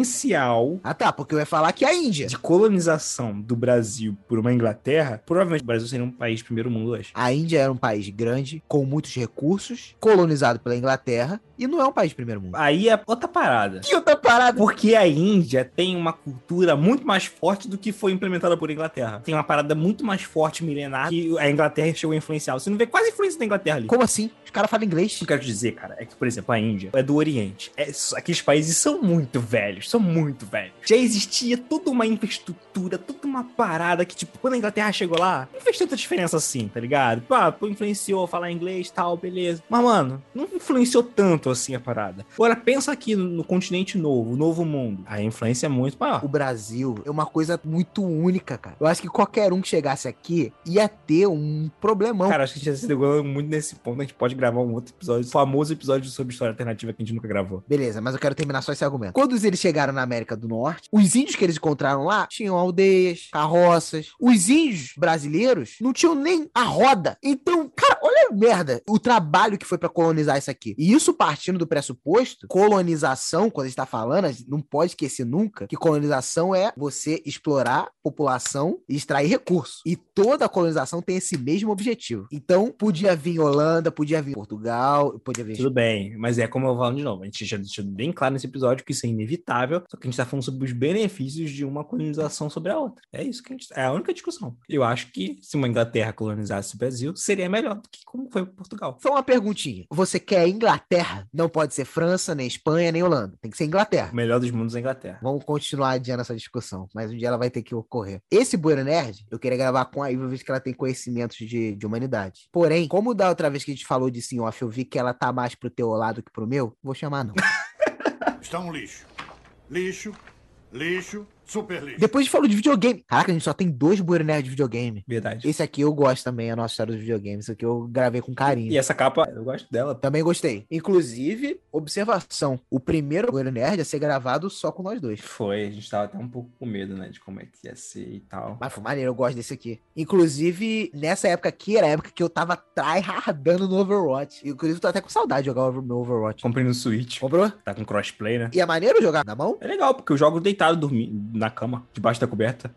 S2: potencial
S1: Ah tá, porque eu ia falar que a Índia.
S2: de colonização do Brasil por uma Inglaterra, provavelmente o Brasil seria um país primeiro mundo hoje.
S1: A Índia era um país grande, com muitos recursos, colonizado pela Inglaterra, e não é um país de primeiro mundo.
S2: Aí é outra parada.
S1: Que outra parada?
S2: Porque a Índia tem uma cultura muito mais forte do que foi implementada por Inglaterra. Tem uma parada muito mais forte, milenar, que a Inglaterra chegou a influenciar. Você não vê quase influência da Inglaterra ali.
S1: Como assim? Os caras
S2: O
S1: falam inglês.
S2: que eu quero dizer, cara, é que, por exemplo, a Índia é do Oriente. É, só- aqueles países são muito velhos, são muito velhos. Já existia toda uma infraestrutura, toda uma parada que, tipo, quando a Inglaterra chegou lá, não fez tanta diferença assim, tá ligado? Pô, ah, pô, influenciou falar inglês e tal, beleza. Mas, mano, não influenciou tanto assim a parada. Agora, pensa aqui no, no continente novo, o novo mundo. A influência é muito maior.
S1: O Brasil é uma coisa muito única, cara. Eu acho que qualquer um que chegasse aqui ia ter um problemão.
S2: Cara, acho que a gente já se degolou muito nesse ponto. A gente pode gravar um outro episódio, famoso episódio sobre história alternativa que a gente nunca gravou.
S1: Beleza, mas eu quero terminar só esse argumento. Quando eles chegaram na América do Norte, os índios que eles encontraram lá tinham aldeias, carroças. Os índios brasileiros não tinham nem a roda. Então, cara, olha a merda. O trabalho que foi pra colonizar isso aqui. E isso partindo do pressuposto, colonização, quando a gente tá falando, a gente não pode esquecer nunca que colonização é você explorar população e extrair recursos. E toda colonização tem esse mesmo objetivo. Então, podia vir Holanda, podia vir Portugal, podia vir
S2: Tudo bem, mas é como eu falo de novo, a gente já deixou bem claro nesse episódio que isso é inevitável, só que a gente tá falando sobre os benefícios de uma colonização sobre a outra. É isso que a gente. É a única discussão. Eu acho que se uma Inglaterra colonizasse o Brasil, seria melhor do que como foi Portugal.
S1: Só uma perguntinha. Você quer Inglaterra? Não pode ser França, nem Espanha, nem Holanda. Tem que ser Inglaterra.
S2: O melhor dos mundos é a Inglaterra.
S1: Vamos continuar adiando essa discussão, mas um dia ela vai ter que ocorrer. Esse Bueno Nerd, eu queria gravar com a Iva, visto que ela tem conhecimentos de, de humanidade. Porém, como da outra vez que a gente falou de sim off, eu vi que ela tá mais pro teu lado que pro meu, vou chamar não.
S3: Está um lixo. Lixo, lixo, super lixo.
S1: Depois a gente falou de videogame. Caraca, a gente só tem dois Bueno Nerd de videogame.
S2: Verdade.
S1: Esse aqui eu gosto também, é a nossa história dos videogames. Esse aqui eu gravei com carinho.
S2: E essa capa, eu gosto dela.
S1: Também gostei. Inclusive, observação: o primeiro Bueno Nerd a ser gravado só com nós dois.
S2: Foi, a gente tava até um pouco com medo, né, de como é que ia ser e tal.
S1: Mas foi maneiro, eu gosto desse aqui. Inclusive, nessa época aqui, era a época que eu tava tryhardando no Overwatch. Inclusive, eu tô até com saudade de jogar o meu Overwatch.
S2: Comprei no Switch.
S1: Comprou?
S2: Tá com crossplay, né?
S1: E é maneiro jogar na mão?
S2: É legal, porque eu jogo deitado, dormindo na cama, debaixo da coberta.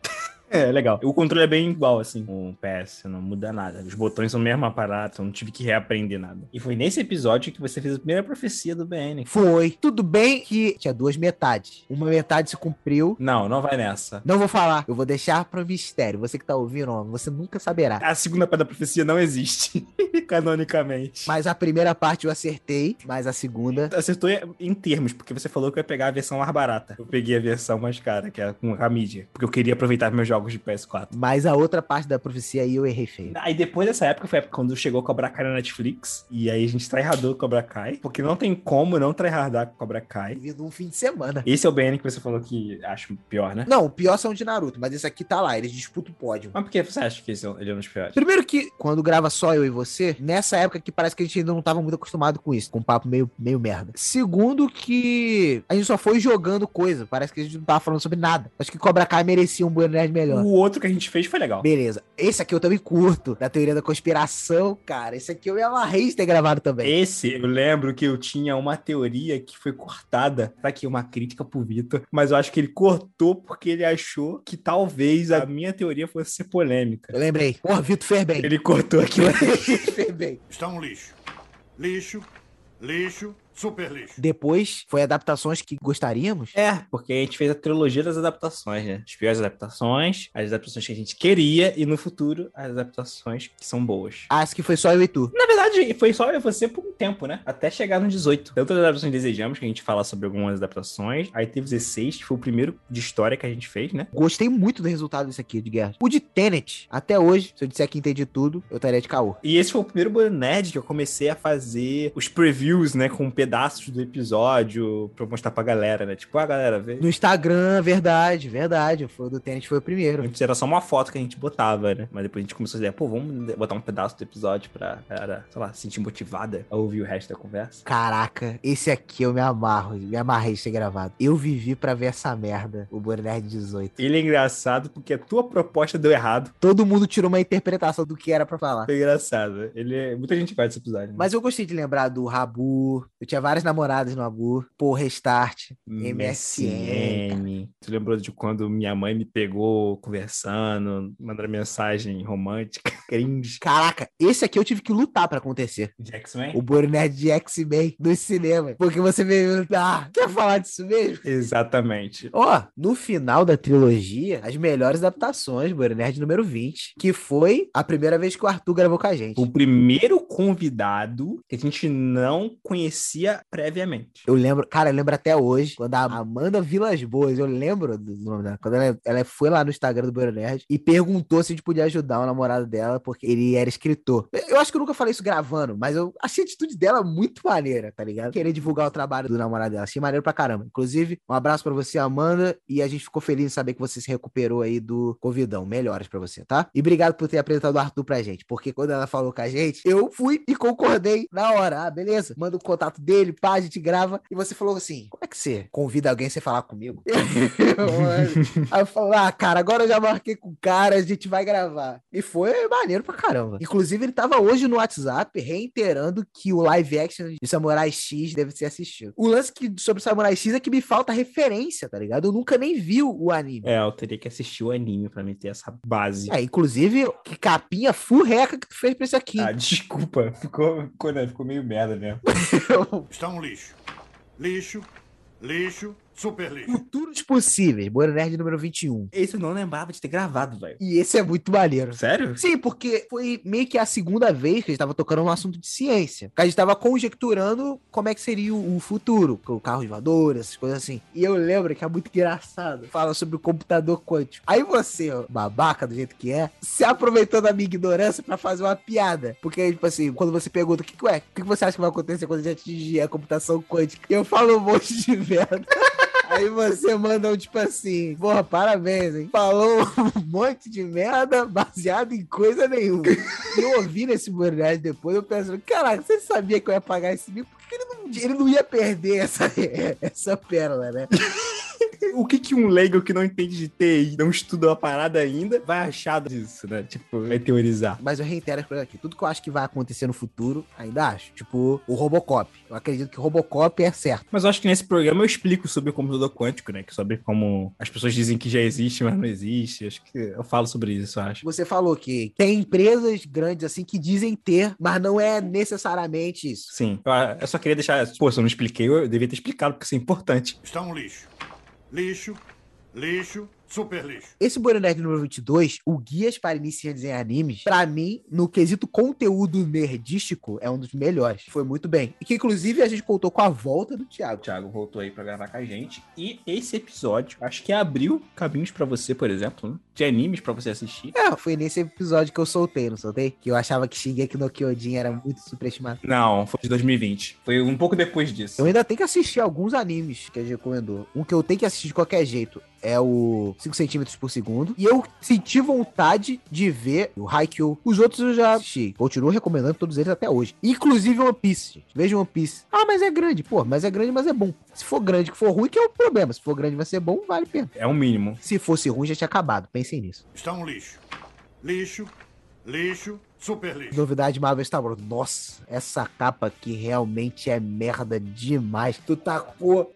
S2: É legal. O controle é bem igual, assim. O PS não muda nada. Os botões são o mesmo aparato, eu não tive que reaprender nada. E foi nesse episódio que você fez a primeira profecia do BN.
S1: Foi. Tudo bem que tinha duas metades. Uma metade se cumpriu.
S2: Não, não vai nessa.
S1: Não vou falar. Eu vou deixar pro mistério. Você que tá ouvindo, ó, você nunca saberá.
S2: A segunda parte da profecia não existe, canonicamente.
S1: Mas a primeira parte eu acertei, mas a segunda.
S2: Acertou em termos, porque você falou que eu ia pegar a versão mais barata. Eu peguei a versão mais cara, que era com a mídia. Porque eu queria aproveitar meus jogos de PS4.
S1: Mas a outra parte da profecia aí eu errei feio.
S2: Aí depois dessa época foi a época quando chegou Cobra Kai na Netflix. E aí a gente tryhardou Cobra Kai. Porque não tem como não tryhardar Cobra Kai.
S1: Vindo um fim de semana.
S2: Esse é o BN que você falou que acho pior, né?
S1: Não, o pior são de Naruto, mas esse aqui tá lá, eles disputam o pódio.
S2: Mas por que você acha que esse é um- ele é um dos piores?
S1: Primeiro que, quando grava só eu e você, nessa época que parece que a gente ainda não tava muito acostumado com isso, com um papo meio, meio merda. Segundo que a gente só foi jogando coisa, parece que a gente não tava falando sobre nada. Acho que Cobra Kai merecia um Bueno Nerd melhor.
S2: O outro que a gente fez foi legal.
S1: Beleza, esse aqui eu também curto, da teoria da conspiração, cara. Esse aqui eu me amarrei de ter gravado também.
S2: Esse, eu lembro que eu tinha uma teoria que foi cortada. Tá aqui uma crítica pro Vitor, mas eu acho que ele cortou porque ele achou que talvez a minha teoria fosse ser polêmica.
S1: Eu lembrei. Porra, Vitor fez bem.
S2: Ele cortou aquilo.
S1: fez bem.
S3: Está um lixo. Lixo, lixo, super lixo.
S1: Depois, foi adaptações que gostaríamos.
S2: É, porque a gente fez a trilogia das adaptações, né? As piores adaptações, as adaptações que a gente queria e no futuro as adaptações que são boas.
S1: Acho que foi só eu e tu.
S2: Na verdade, foi só eu e você por um tempo, né? Até chegar no 18. Tanto as adaptações que desejamos, que a gente fala sobre algumas adaptações. Aí teve o 16, que foi o primeiro de história que a gente fez, né?
S1: Gostei muito do resultado desse aqui, de guerra. O de Tenet, até hoje, se eu disser que entendi tudo, eu estaria de caô.
S2: E esse foi o primeiro Bonnet que eu comecei a fazer os previews, né? Com um pedaços do episódio pra mostrar pra galera, né? Tipo, ah, galera, vê.
S1: No Instagram, verdade, verdade. Foi o do tênis, foi o primeiro.
S2: Antes era só uma foto que a gente botava, né? Mas depois a gente começou a dizer, pô, vamos botar um pedaço do episódio pra galera, sei lá, se sentir motivada a ouvir o resto da conversa.
S1: Caraca, esse aqui eu me amarro, me amarrei de ser gravado. Eu vivi pra ver essa merda, o Bora Nerd 18.
S2: Ele é engraçado porque a tua proposta deu errado.
S1: Todo mundo tirou uma interpretação do que era pra falar.
S2: Foi engraçado. Ele é- Muita gente faz esse episódio. né?
S1: Mas eu gostei de lembrar do Rabu. Eu tinha várias namoradas no Rabu. Pô, Restart.
S2: MSN. Tu lembrou de quando minha mãe me pegou conversando, mandando mensagem romântica, cringe.
S1: Caraca, esse aqui eu tive que lutar pra acontecer.
S2: Jackson, hein?
S1: O Bora Nerd de X-Men no cinema. Porque você veio. Ah, quer falar disso mesmo?
S2: Exatamente.
S1: Ó, no final da trilogia, as melhores adaptações, Bora Nerd número 20, que foi a primeira vez que o Arthur gravou com a gente.
S2: O primeiro convidado que a gente não conhecia previamente.
S1: Eu lembro, cara, eu lembro até hoje, quando a Amanda Vilas Boas, eu lembro do do nome dela, quando ela, ela foi lá no Instagram do Bora Nerd e perguntou se a gente podia ajudar o namorado dela, porque ele era escritor. Eu- Eu acho que eu nunca falei isso gravando, mas eu achei a atitude dela muito maneira, tá ligado? Querer divulgar o trabalho do namorado dela, achei maneiro pra caramba. Inclusive, um abraço pra você, Amanda, e a gente ficou feliz em saber que você se recuperou aí do Covidão. Melhoras pra você, tá? E obrigado por ter apresentado o Arthur pra gente, porque quando ela falou com a gente, eu fui e concordei na hora. Ah, beleza, manda o contato dele, pá, a gente grava. E você falou assim: como é que você convida alguém sem falar comigo? Aí eu falo, ah, cara, agora eu já marquei com o cara, a gente vai gravar. E foi maneiro pra caramba. Inclusive, ele tava hoje no WhatsApp reiterando que o live action de Samurai X deve ser assistido. O lance que, sobre Samurai X é que me falta referência, tá ligado? Eu nunca nem vi o anime.
S2: É, eu teria que assistir o anime pra mim ter essa base.
S1: É, inclusive, que capinha furreca que tu fez pra isso aqui.
S2: Ah, desculpa. Ficou, ficou, né, ficou meio merda mesmo.
S1: Então,
S3: Está um lixo. Lixo, lixo, super lixo.
S1: Futuros possíveis, Bora Nerd número 21.
S2: Esse eu não lembrava de ter gravado, velho.
S1: E esse é muito maneiro.
S2: Sério?
S1: Sim, porque foi meio que a segunda vez que a gente tava tocando um assunto de ciência. Porque a gente tava conjecturando como é que seria o o futuro, com carros voadores, essas coisas assim. E eu lembro que é muito engraçado. Fala sobre o computador quântico. Aí você, ó, babaca do jeito que é, se aproveitou da minha ignorância pra fazer uma piada. Porque, tipo assim, quando você pergunta o que, que é, o que, que você acha que vai acontecer quando a gente atingir a computação quântica, eu falo um monte de merda. Aí você manda um tipo assim, porra, parabéns, hein? Falou um monte de merda baseado em coisa nenhuma. E eu ouvi nesse Burnett depois, eu penso, caraca, você sabia que eu ia pagar esse bico? Por que que ele não, ele não ia perder essa, essa pérola, né?
S2: O que que um leigo que não entende de TI, não estudou a parada ainda, vai achar disso, né? Tipo, vai teorizar.
S1: Mas eu reitero as coisas aqui. Tudo que eu acho que vai acontecer no futuro, ainda acho. Tipo, o Robocop. Eu acredito que o Robocop é certo.
S2: Mas eu acho que nesse programa eu explico sobre o computador quântico, né? Que sobre como as pessoas dizem que já existe, mas não existe. Acho que eu falo sobre isso, eu acho.
S1: Você falou que tem empresas grandes assim que dizem ter, mas não é necessariamente isso.
S2: Sim. Eu, ah, eu só queria deixar. Pô, se eu não expliquei, eu devia ter explicado, porque isso é importante.
S3: Está um lixo. Lixo, lixo, super lixo.
S1: Esse Bueno Nerd número 22, o Guias para Iniciantes em Animes, pra mim, no quesito conteúdo nerdístico, é um dos melhores. Foi muito bem. E que, inclusive, a gente contou com a volta do Thiago.
S2: O Thiago voltou aí pra gravar com a gente. E esse episódio, acho que abriu caminhos pra você, por exemplo, né? de animes pra você assistir.
S1: É, foi nesse episódio que eu soltei, não soltei? Que eu achava que Shingeki no Kyojin era muito superestimado.
S2: Não, foi de 2020. Foi um pouco depois disso.
S1: Eu ainda tenho que assistir alguns animes que a gente recomendou. Um que eu tenho que assistir de qualquer jeito é o 5 centímetros por segundo. E eu senti vontade de ver o Haikyuu. Os outros eu já assisti. Continuo recomendando todos eles até hoje. Inclusive One Piece, gente. Veja One Piece. Ah, mas é grande. Pô, mas é grande, mas é bom. Se for grande, que for ruim, que é o problema. Se for grande, vai ser bom, vale a pena.
S2: É o mínimo.
S1: Se fosse ruim, já tinha acabado. Pensem nisso.
S3: Está um lixo. Lixo, lixo, super lixo.
S1: Novidade Marvel Star Wars. Nossa, essa capa aqui realmente é merda demais. Tu tá tacou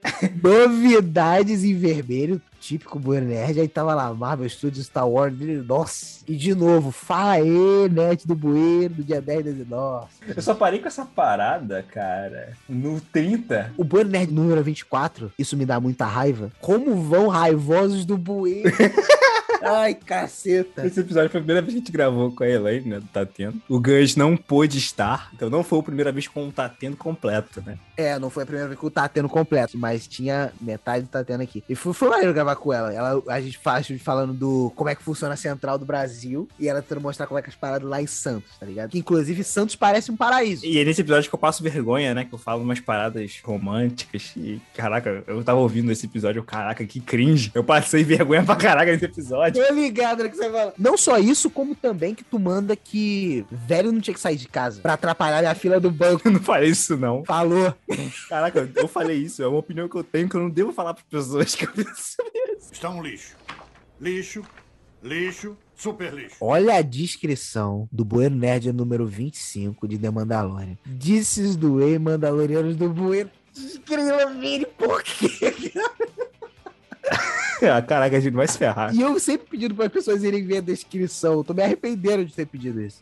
S1: novidades em vermelho, típico Boi Nerd. Aí tava lá, Marvel Studios Star Wars. Nossa. E de novo, fala aí, Nerd do Bueiro, do dia 10 desse. Nossa.
S2: Eu só parei com essa parada, cara, no 30.
S1: O Boi Nerd número 24, isso me dá muita raiva. Como vão raivosos do Bueiro? Ai, caceta.
S2: Esse episódio foi a primeira vez que a gente gravou com a Elaine, né? Do Tatendo. O Gus não pôde estar, então não foi a primeira vez com o Tatendo completo, né?
S1: É, não foi a primeira vez que o Tateno completo, mas tinha metade do Tateno aqui. E foi, foi maneiro gravar acabar com ela. ela a gente faz falando do como é que funciona a central do Brasil e ela tentando mostrar como é que as paradas lá em Santos, tá ligado? Que inclusive Santos parece um paraíso.
S2: E é nesse episódio que eu passo vergonha, né? Que eu falo umas paradas românticas. E, caraca, eu tava ouvindo esse episódio, eu, caraca, que cringe. Eu passei vergonha pra caraca nesse episódio.
S1: Tô ligado no que você fala. Não só isso, como também que tu manda que velho não tinha que sair de casa pra atrapalhar a fila do banco.
S2: Eu não falei isso, não.
S1: Falou.
S2: Caraca, eu- eu falei isso. É uma opinião que eu tenho que eu não devo falar pras pessoas que eu penso.
S3: Está um lixo. Lixo, lixo, super lixo.
S1: Olha a descrição do Bueiro Nerd número 25 de The Mandalorian. This is the way Mandalorianos do Bueiro. Escreva, Vini, por quê?
S2: Ah, Caraca, a gente vai se ferrar.
S1: E eu sempre pedindo para as pessoas irem ver a descrição. Eu tô me arrependendo de ter pedido isso.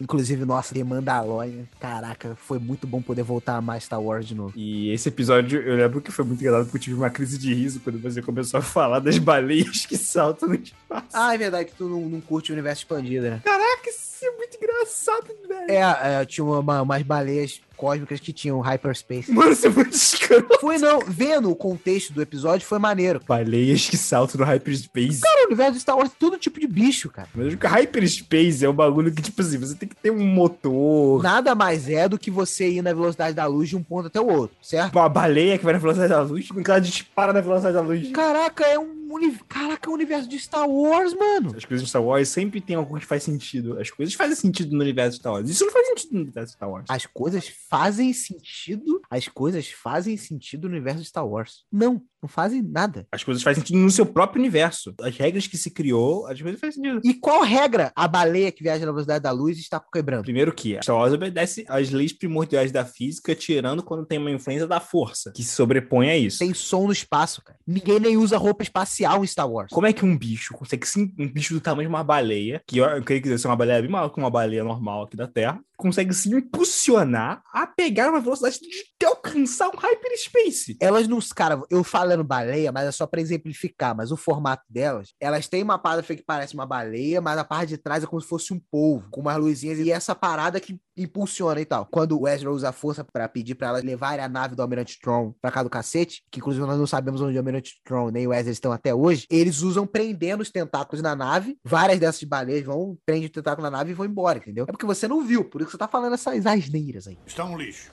S1: Inclusive, nossa, The Mandalorian. Caraca, foi muito bom poder voltar a amar Star Wars de novo.
S2: E esse episódio, eu lembro que foi muito engraçado porque eu tive uma crise de riso quando você começou a falar das baleias que saltam no espaço.
S1: Ah, é verdade que tu não, não curte o universo expandido, né?
S2: Caraca, isso é muito engraçado, velho.
S1: É, é, tinha uma, umas baleias cósmicas que tinham hyperspace.
S2: Mano, você é muito escroto.
S1: Foi não, vendo o contexto do episódio, foi maneiro.
S2: Baleias que saltam no hyperspace.
S1: Cara, o universo de Star Wars é todo tipo de bicho, cara.
S2: Mas o hyperspace é um bagulho que, tipo assim, você tem que ter um motor.
S1: Nada mais é do que você ir na velocidade da luz de um ponto até o outro, certo?
S2: Uma baleia que vai na velocidade da luz, quando ela dispara na velocidade da luz.
S1: Caraca, é um uni... Caraca, é um universo de Star Wars, mano.
S2: As coisas de Star Wars sempre tem algo que faz sentido. As coisas fazem sentido no universo de Star Wars. Isso não faz sentido no universo de Star Wars.
S1: As coisas fazem sentido. As coisas fazem sentido no universo de Star Wars. Não, não fazem nada.
S2: As coisas fazem sentido no seu próprio universo. As regras que se criou, as coisas fazem sentido.
S1: E qual regra a baleia que viaja na velocidade da luz está quebrando?
S2: Primeiro que Star Wars obedece às leis primordiais da física, tirando quando tem uma influência da força, que se sobrepõe a isso.
S1: Tem som no espaço, cara. Ninguém nem usa roupa espacial em Star Wars.
S2: Como é que um bicho consegue sim, um bicho do tamanho de uma baleia, que eu eu creio que deve ser uma baleia bem maior que uma baleia normal aqui da Terra, consegue se impulsionar a pegar uma velocidade de de alcançar um hyperspace?
S1: Elas não. Cara, eu falando baleia, mas é só pra exemplificar. Mas o formato delas, elas têm uma parada que parece uma baleia, mas a parte de trás é como se fosse um polvo, com umas luzinhas e essa parada que impulsiona e tal. Quando o Ezra usa a força pra pedir pra elas levarem a nave do Almirante Tron pra cá do cacete, que inclusive nós não sabemos onde o Almirante Tron nem o Ezra estão até hoje, eles usam prendendo os tentáculos na nave. Várias dessas baleias vão, prendem o tentáculo na nave e vão embora, entendeu? É porque você não viu, por isso que você tá falando essas asneiras aí.
S3: Está um lixo.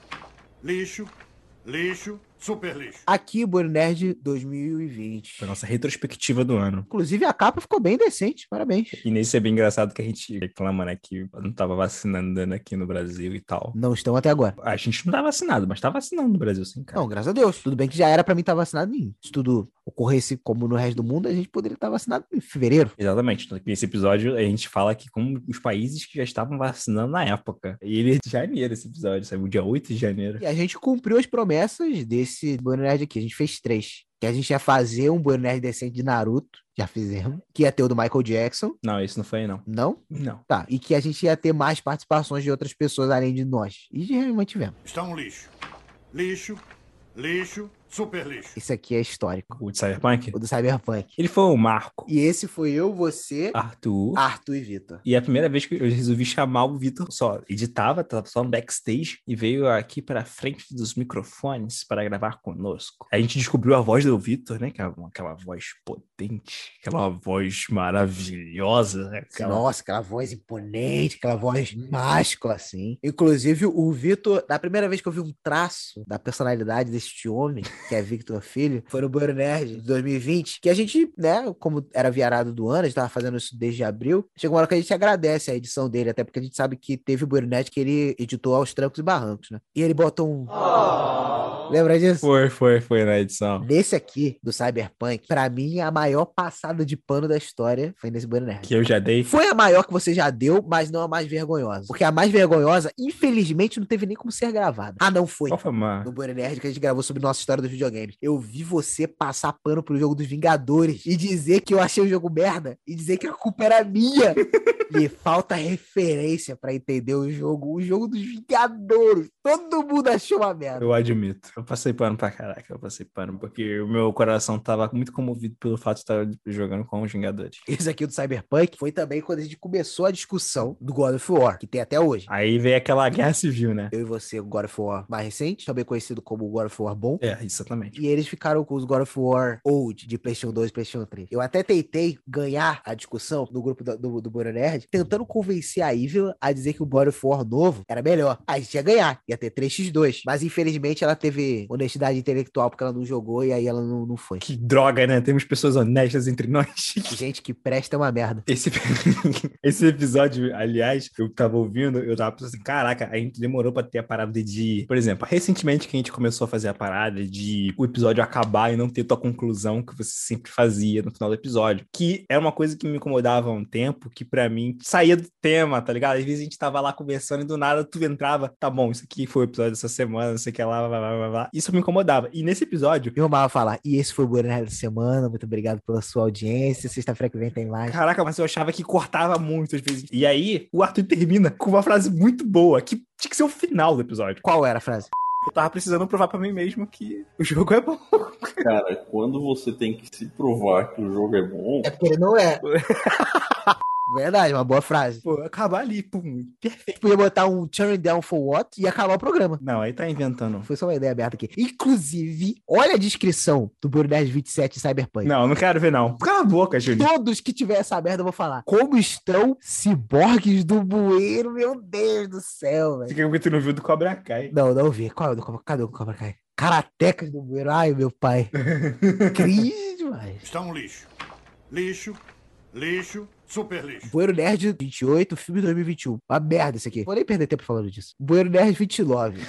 S3: Lixo, lixo, super lixo.
S1: aqui, Bueno Nerd 2020.
S2: Foi a nossa retrospectiva do ano.
S1: Inclusive, a capa ficou bem decente, parabéns.
S2: E nesse é bem engraçado que a gente reclama, né, que não tava vacinando aqui no Brasil e tal.
S1: Não estão até agora.
S2: A gente não tá vacinado, mas tá vacinando no Brasil, sim, cara.
S1: Não, graças a Deus. Tudo bem que já era pra mim estar vacinado em. Se tudo ocorresse como no resto do mundo, a gente poderia estar vacinado em fevereiro.
S2: Exatamente. Tanto que Nesse episódio, a gente fala aqui como os países que já estavam vacinando na época. E ele é de janeiro, esse episódio, saiu dia 8 de janeiro.
S1: E a gente cumpriu as promessas desse Bueno Nerd aqui. A gente fez três. Que a gente ia fazer um Bueno Nerd decente de Naruto. Já fizemos. Que ia ter o do Michael Jackson.
S2: Não, esse não foi, não.
S1: Não?
S2: Não.
S1: Tá. E que a gente ia ter mais participações de outras pessoas além de nós. E realmente tivemos.
S3: Está um lixo. Lixo, lixo, super lixo.
S1: Isso aqui é histórico.
S2: O de Cyberpunk?
S1: O do Cyberpunk.
S2: Ele foi o Marco,
S1: E esse foi eu, você,
S2: Ah. Arthur.
S1: Arthur e Vitor.
S2: E é a primeira vez que eu resolvi chamar o Vitor só. Editava, tava só no backstage e veio aqui pra frente dos microfones para gravar conosco. A gente descobriu a voz do Vitor, né? Que é uma- Aquela voz potente, aquela voz maravilhosa, né? Aquela...
S1: Nossa, aquela voz imponente, aquela voz máscula, assim. Inclusive, o Vitor, da primeira vez que eu vi um traço da personalidade deste homem, que é Victor Filho, foi no Banheiro Nerd de 2020, que a gente, né, como era viarado do ano, a gente tava fazendo isso desde abril, chegou uma hora que a gente agradece a edição dele, até porque a gente sabe que teve o Banheiro Nerd que ele editou aos trancos e barrancos, né? E ele botou um... Lembra disso?
S2: Foi, foi, foi na edição.
S1: Nesse aqui, do Cyberpunk, pra mim, a maior passada de pano da história foi nesse Banheiro Nerd.
S2: Que eu já dei.
S1: Foi a maior que você já deu, mas não a mais vergonhosa. Porque a mais vergonhosa, infelizmente, não teve nem como ser gravada. Ah, não foi.
S2: Qual foi, mano?
S1: No Bueno Nerd que a gente gravou sobre nossa história dos videogames. Eu vi você passar pano pro jogo dos Vingadores e dizer que eu achei o jogo merda e dizer que a culpa era minha. Me falta referência pra entender o jogo. O jogo dos Vingadores. Todo mundo achou uma merda.
S2: Eu admito. Eu passei pano pra caraca, eu passei pano, porque o meu coração tava muito comovido pelo fato de estar jogando com os Vingadores.
S1: Esse aqui do Cyberpunk foi também quando a gente começou a discussão do God of War, que tem até hoje.
S2: Aí veio aquela guerra civil, né?
S1: Eu e você, o God of War mais recente, também conhecido como God of War bom.
S2: É, exatamente.
S1: E eles ficaram com os God of War Old de PlayStation 2 e PlayStation 3. Eu até tentei ganhar a discussão no grupo do, do, do Bora Nerd, tentando convencer a Evil a dizer que o God of War novo era melhor. A gente ia ganhar, ia ter 3x2. Mas infelizmente ela teve honestidade intelectual porque ela não jogou e aí ela não, não foi.
S2: Que droga, né? Temos pessoas honestas entre nós.
S1: Gente que presta é uma merda.
S2: Esse, esse episódio, aliás, eu tava ouvindo, eu tava pensando assim, caraca, a gente demorou pra ter a parada de... Por exemplo, recentemente que a gente começou a fazer a parada de o episódio acabar e não ter tua conclusão que você sempre fazia no final do episódio. Que era uma coisa que me incomodava há um tempo, que pra mim saía do tema, tá ligado? Às vezes a gente tava lá conversando e do nada tu entrava, tá bom, isso aqui foi o episódio dessa semana, não sei o que lá, blá, blá, blá, blá. Isso me incomodava. E nesse episódio,
S1: Eu amava falar. E esse foi o Bora Nerd da semana. Muito obrigado pela sua audiência. Sexta-feira que vem tem live.
S2: Caraca, mas eu achava que cortava muito às vezes. E aí, o Arthur termina com uma frase muito boa, que tinha que ser o final do episódio.
S1: Qual era a frase?
S2: Eu tava precisando provar pra mim mesmo que o jogo é bom.
S9: Cara, quando você tem que se provar que o jogo é bom,
S1: É porque não é. Verdade, uma boa frase.
S2: Pô, acabar ali, pum. Perfeito.
S1: Podia botar um turn down for what e acabar o programa.
S2: Não, aí tá inventando.
S1: Foi só uma ideia aberta aqui. Inclusive, olha a descrição do Bora Nerd 27 Cyberpunk.
S2: Não, não quero ver, não. Cala a boca, Júlio.
S1: Todos que tiver essa merda, eu vou falar. Como estão ciborgues do bueiro? Meu Deus do céu, velho.
S2: Fica com tu não viu do Cobra Kai. Um
S1: Não, não vi. Qual é o do Cobra? Cadê o do Cobra Kai? Karatecas do bueiro. Ai, meu pai. Cris demais.
S3: Está um lixo. Lixo, lixo, super lixo.
S1: Bueiro Nerd 28, filme 2021. Uma merda isso aqui. Vou nem perder tempo falando disso. Bueiro Nerd 29.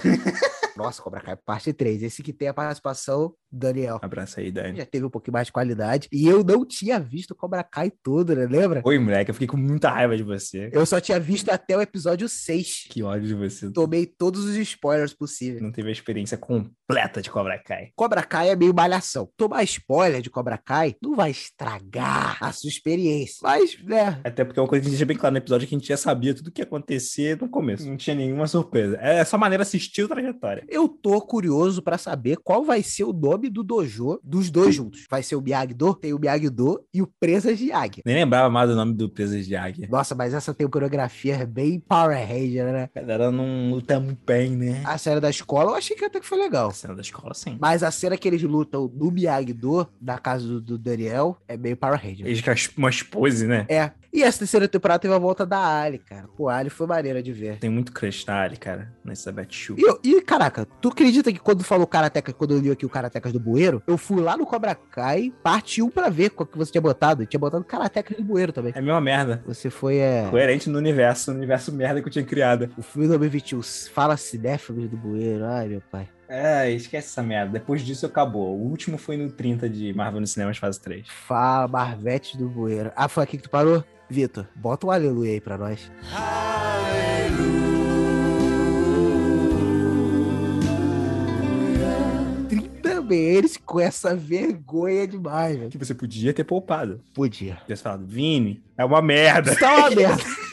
S1: Nossa, Cobra Kai, parte 3. Esse que tem a participação, Daniel.
S2: Abraço aí, Dani.
S1: Já teve um pouquinho mais de qualidade. E eu não tinha visto o Cobra Kai todo, né? Lembra?
S2: Oi, moleque, eu fiquei com muita raiva de você.
S1: Eu só tinha visto até o episódio 6.
S2: Que ódio de você.
S1: Tomei todos os spoilers possíveis.
S2: Não teve a experiência completa de Cobra Kai.
S1: Cobra Kai é meio malhação. Tomar spoiler de Cobra Kai não vai estragar a sua experiência. Mas, né?
S2: Até porque é uma coisa que a gente deixa bem claro no episódio que a gente já sabia tudo o que ia acontecer no começo. Não tinha nenhuma surpresa. É só maneira de assistir o trajetória.
S1: Eu tô curioso pra saber qual vai ser o nome do dojo dos dois juntos. Vai ser o Miyagi-Do? Tem o Miyagi-Do e o Presas de Águia.
S2: Nem lembrava mais do nome do Presas de Águia.
S1: Nossa, mas essa tem coreografia bem Power Ranger, né?
S2: A galera não luta muito bem, né?
S1: A cena da escola eu achei que até que foi legal.
S2: A cena Ah, da escola, sim.
S1: Mas a cena que eles lutam no Miyagi-Do, na casa do, do Daniel, é meio Power Ranger.
S2: Eles com as- umas poses, né?
S1: É. E essa terceira temporada teve a volta da Ali, cara. Pô, a Ali foi maneira de ver.
S2: Tem muito crush na Ali, cara, nessa Batshu.
S1: E, eu- e, caraca, tu acredita que quando falou Karateka, quando eu li aqui o Karatecas do Bueiro, eu fui lá no Cobra Kai, parte 1 pra ver qual que você tinha botado. Eu Tinha botado Karatecas do Bueiro também.
S2: É a mesma merda.
S1: Você foi, é.
S2: Coerente no universo, no universo merda que eu tinha criado.
S1: O filme 2021 fala cinéfilos um, do Bueiro. Ai, meu pai.
S2: É, esquece essa merda. Depois disso acabou. O último foi no 30 de Marvel nos Cinemas Fase 3.
S1: Fala, Marvete do Bueiro. Ah, foi aqui que tu parou? Vitor, bota um aleluia aí pra nós. Também eles com essa vergonha demais, velho.
S2: Que você podia ter poupado.
S1: Podia.
S2: Podia ter falado, Vini, é uma merda.
S1: Tá uma merda.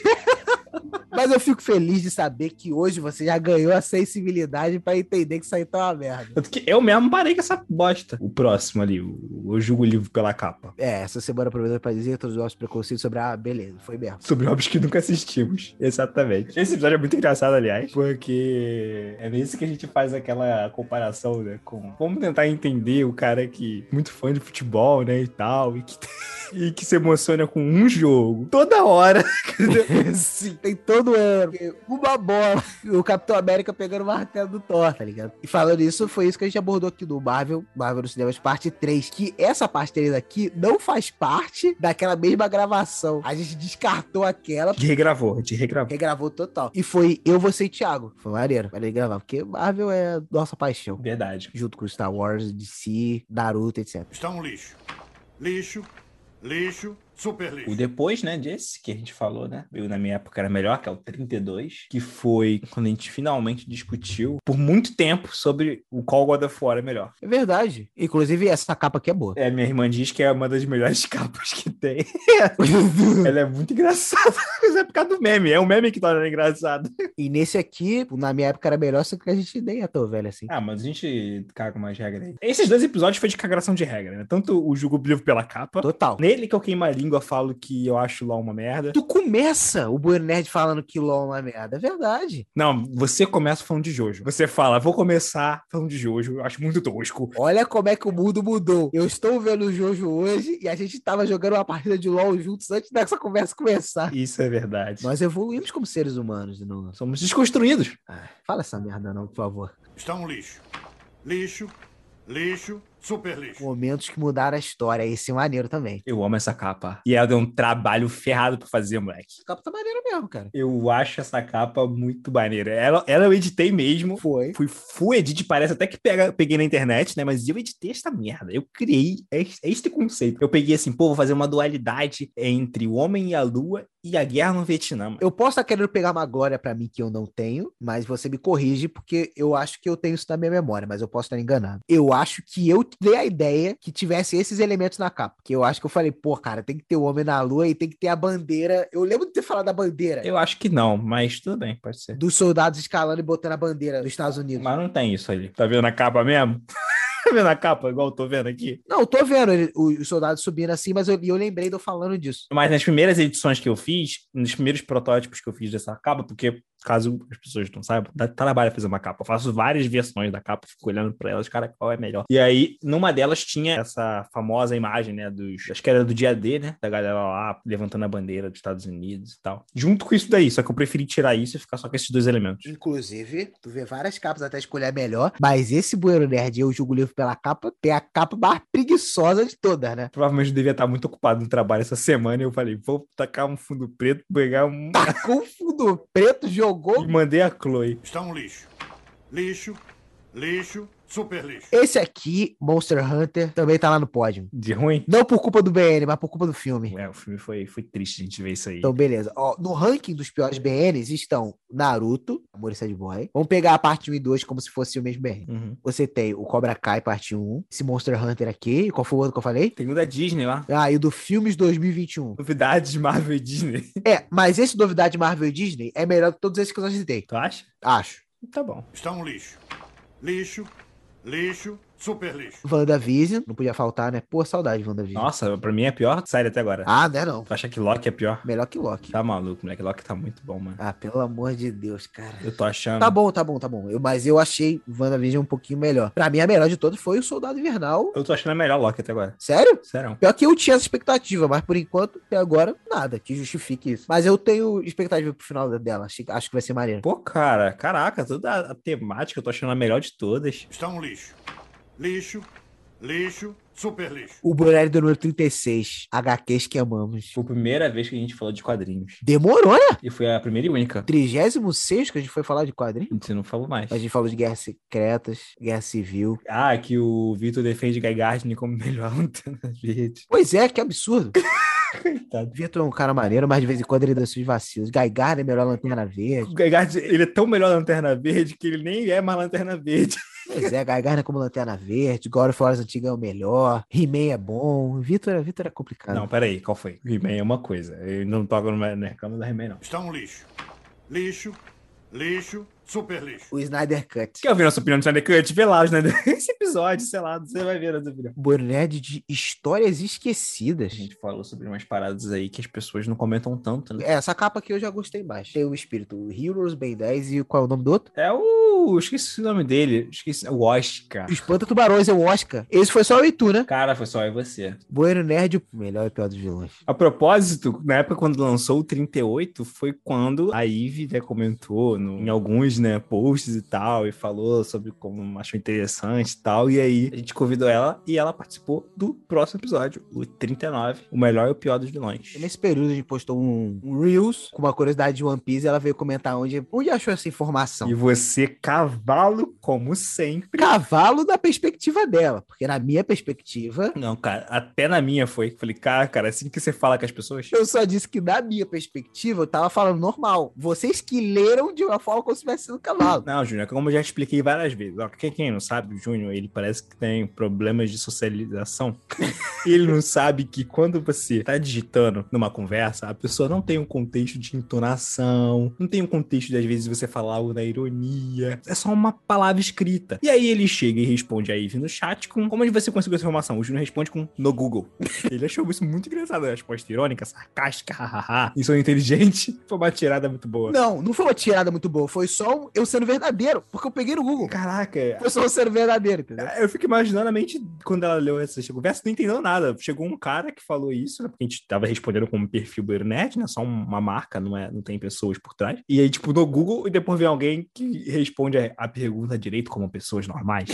S1: Mas eu fico feliz de saber que hoje você já ganhou a sensibilidade pra entender que isso aí tá uma merda.
S2: Tanto que eu mesmo parei com essa bosta. O próximo ali, o- eu julgo o livro pela capa.
S1: É, essa semana aproveitando pra dizer todos os nossos preconceitos sobre ah, beleza, foi mesmo.
S2: Sobre obras que nunca assistimos. Exatamente. Esse episódio é muito engraçado, aliás, porque é nesse que a gente faz aquela comparação, né? Com. Vamos tentar entender o cara que. é Muito fã de futebol, né? E tal. E que, e que se emociona com um jogo toda hora.
S1: Sim, tem todo um ano. porque Uma bola. O Capitão América pegando o martelo do Thor, tá ligado? E falando isso, foi isso que a gente abordou aqui no Marvel, Marvel nos Cinemas, parte 3. Que essa parte 3 aqui não faz parte daquela mesma gravação. A gente descartou aquela.
S2: Te regravou, te regravou.
S1: Regravou total. E foi eu, você e Thiago. Foi maneiro. Maneiro gravar. Porque Marvel é nossa paixão.
S2: Verdade.
S1: Junto com Star Wars, DC, Naruto, etc.
S3: Está um lixo. Lixo, lixo, Super
S2: O
S3: lixo.
S2: depois, né, desse que a gente falou, né? Eu, na minha época, era melhor, que é o 32, que foi quando a gente finalmente discutiu por muito tempo sobre o qual God of War é melhor.
S1: É verdade. Inclusive, essa capa aqui é boa.
S2: É, minha irmã diz que é uma das melhores capas que tem. Ela é muito engraçada, mas é por causa do meme. É o meme que torna ela engraçada.
S1: e nesse aqui, na minha época era melhor, só que a gente nem é tão velho assim.
S2: Ah, mas a gente caga mais regra aí. Esses dois episódios foi de cagação de regra, né? Tanto o Jugo Livre pela capa.
S1: Total.
S2: Nele que eu queimo a língua, falo que eu acho lá uma merda.
S1: Tu começa o Bueno Nerd falando que LOL é uma merda. É verdade.
S2: Não, você começa falando de Jojo. Você fala, vou começar falando de Jojo, eu acho muito tosco.
S1: Olha como é que o mundo mudou. Eu estou vendo o Jojo hoje e a gente tava jogando uma partida de LOL juntos antes dessa conversa começar.
S2: Isso é verdade.
S1: Nós evoluímos como seres humanos. Não...
S2: Somos desconstruídos.
S1: Fala essa merda não, por favor.
S3: Está um lixo. Lixo, lixo, super lixo.
S1: Momentos que mudaram a história. Esse é maneiro também.
S2: Eu amo essa capa. E ela deu um trabalho ferrado pra fazer, moleque.
S1: Essa capa tá maneiro mesmo, cara.
S2: Eu acho essa capa muito maneira. Ela, ela eu editei mesmo.
S1: Foi.
S2: Fui full edit, parece até que pega, peguei na internet, né? Mas eu editei essa merda. Eu criei es- este conceito. Eu peguei assim, pô, vou fazer uma dualidade entre o homem e a lua e a guerra no Vietnã. mano.
S1: Eu posso estar querendo pegar uma glória pra mim que eu não tenho, mas você me corrige porque eu acho que eu tenho isso na minha memória, mas eu posso estar enganado. Eu acho que eu dei a ideia que tivesse esses elementos na capa, que eu acho que eu falei, pô, cara, tem que ter o homem na lua e tem que ter a bandeira. Eu lembro de ter falado da bandeira,
S2: Eu acho que não, mas tudo bem, pode ser.
S1: dos soldados escalando e botando a bandeira dos Estados Unidos.
S2: Mas não tem isso ali. Tá vendo a capa mesmo? tá vendo a capa igual eu tô vendo aqui?
S1: Não, eu tô vendo ele- o- os soldados subindo assim, mas eu, e eu lembrei de eu falando disso.
S2: Mas nas primeiras edições que eu fiz, nos primeiros protótipos que eu fiz dessa capa, porque caso as pessoas não saibam, dá trabalho fazer uma capa. Eu faço várias versões da capa, fico olhando pra elas, cara, qual é a melhor. E aí, numa delas tinha essa famosa imagem, né, dos, acho que era do dia D, né, da galera lá levantando a bandeira dos Estados Unidos e tal. Junto com isso daí, só que eu preferi tirar isso e ficar só com esses dois elementos.
S1: Inclusive, tu vê várias capas até escolher a melhor, mas esse Bueiro Nerd, eu julgo o livro pela capa, tem a capa mais preguiçosa de todas, né?
S2: Provavelmente eu devia estar muito ocupado no trabalho essa semana e eu falei, vou tacar um fundo preto, pegar um
S1: Tacou o fundo preto, jogou.
S2: E mandei a Chloe.
S3: Está um lixo. Lixo, lixo, super lixo.
S1: Esse aqui, Monster Hunter, também tá lá no pódio.
S2: De ruim?
S1: Não por culpa do BN, mas por culpa do filme.
S2: É, o filme foi, foi triste a gente ver isso aí.
S1: Então, beleza. Ó, no ranking dos piores BNs estão Naruto, Amor e Sad Boy. Vamos pegar a parte 1 e 2 como se fosse o mesmo BN.
S2: Uhum.
S1: Você tem o Cobra Kai, parte 1. Esse Monster Hunter aqui. Qual foi o outro que eu falei?
S2: Tem um da Disney lá.
S1: Ah, e o do Filmes 2021.
S2: Novidades Marvel e Disney.
S1: É, mas esse novidade Marvel e Disney é melhor do que todos esses que eu já citei.
S2: Tu acha?
S1: Acho.
S2: Tá bom.
S3: Está um lixo. Lixo, lixo, super lixo.
S1: WandaVision. Não podia faltar, né? Pô, saudade de WandaVision.
S2: Nossa, pra mim é a pior série até agora.
S1: Ah, não é não.
S2: Tu acha que Loki é pior?
S1: Melhor que Loki.
S2: Tá maluco, moleque. Loki tá muito bom, mano.
S1: Ah, pelo amor de Deus, cara.
S2: Eu tô achando.
S1: Tá bom, tá bom, tá bom. Eu, mas eu achei WandaVision um pouquinho melhor. Pra mim, a melhor de todas foi o Soldado Invernal.
S2: Eu tô achando a melhor Loki até agora.
S1: Sério?
S2: Sério.
S1: Pior que eu tinha essa expectativa, mas por enquanto, até agora, nada que justifique isso. Mas eu tenho expectativa pro final dela. Acho, acho que vai ser maneiro.
S2: Pô, cara, caraca, toda a- a temática eu tô achando a melhor de todas.
S3: Está um lixo. Lixo, lixo, super lixo.
S1: O Brunelli do número 36, HQs que amamos.
S2: Foi a primeira vez que a gente falou de quadrinhos.
S1: Demorou, né?
S2: E foi a primeira e única.
S1: 36 que a gente foi falar de quadrinho.
S2: Você não falou mais.
S1: A gente falou de guerras secretas, guerra civil.
S2: Ah, que o Vitor defende Guy Gardner como melhor antena verde.
S1: Pois é, que absurdo.
S2: Coitado.
S1: Vitor é um cara maneiro, mas de vez em quando ele dá seus vacilos. Gaigar é melhor lanterna verde.
S2: O Gegard, ele é tão melhor Lanterna Verde que ele nem é mais Lanterna Verde.
S1: Pois é, Gargana como Lanterna Verde, God of War antiga é o melhor, He-Man é bom, Vitor, Vitor é complicado.
S2: Não, peraí, qual foi? O He-Man é uma coisa. Eu não toco no no reclamo da He-Man, não.
S3: Está um lixo. Lixo, lixo, super lixo.
S1: O Snyder Cut.
S2: Quer ouvir nossa opinião do Snyder Cut? Vê lá o Snyder esse episódio, sei lá, você vai ver a nossa opinião.
S1: Bueno Nerd de histórias
S2: A
S1: esquecidas.
S2: gente falou sobre umas paradas aí que as pessoas não comentam tanto, né?
S1: É, essa capa aqui eu já gostei mais. Tem o espírito o Heroes Ben 10 e qual é o nome do outro?
S2: É o... esqueci o nome dele. Esqueci... O Oscar.
S1: O Espanta Tubarões é o Oscar. Esse foi só eu e tu, né?
S2: Cara, foi só eu e você.
S1: Bueno Nerd, o melhor e pior dos vilões.
S2: A propósito, na época quando lançou o 38, foi quando a Ivy né, comentou no- em alguns né, posts e tal, e falou sobre como achou interessante e tal. E aí a gente convidou ela e ela participou do próximo episódio, o 39, o melhor e o pior dos vilões.
S1: E Nesse período a gente postou um, um Reels com uma curiosidade de One Piece e ela veio comentar onde, onde achou essa informação.
S2: E você, cavalo, como sempre.
S1: Cavalo da perspectiva dela, porque na minha perspectiva,
S2: Não, cara, até na minha foi. Falei, cara, cara, assim que você fala com as pessoas.
S1: eu só disse que na minha perspectiva eu tava falando normal. Vocês que leram de uma forma como se tivesse sido um cavalo.
S2: Não, Júnior, é como eu já expliquei várias vezes. Ó, quem, quem não sabe, o Júnior, ele parece que tem problemas de socialização. ele não sabe que quando você tá digitando numa conversa, a pessoa não tem um contexto de entonação, não tem um contexto de, às vezes, você falar algo na ironia. É só uma palavra escrita. E aí ele chega e responde a Eve no chat com como você conseguiu essa informação? O Júnior responde com no Google. Ele achou isso muito engraçado. A resposta irônica, sarcástica, hahaha. Isso é inteligente. Foi uma tirada muito boa.
S1: Não, não foi uma tirada muito boa, foi só um eu sendo verdadeiro, porque eu peguei no Google.
S2: Caraca,
S1: Foi só um sendo verdadeiro, entendeu?
S2: É, Eu fico imaginando a mente quando ela leu essa conversa, não entendeu nada. Chegou um cara que falou isso, né? Porque a gente tava respondendo como perfil Burnet, né? Só uma marca, não, é, não tem pessoas por trás. E aí, tipo, no Google, e depois vem alguém que responde a, a pergunta direito como pessoas normais.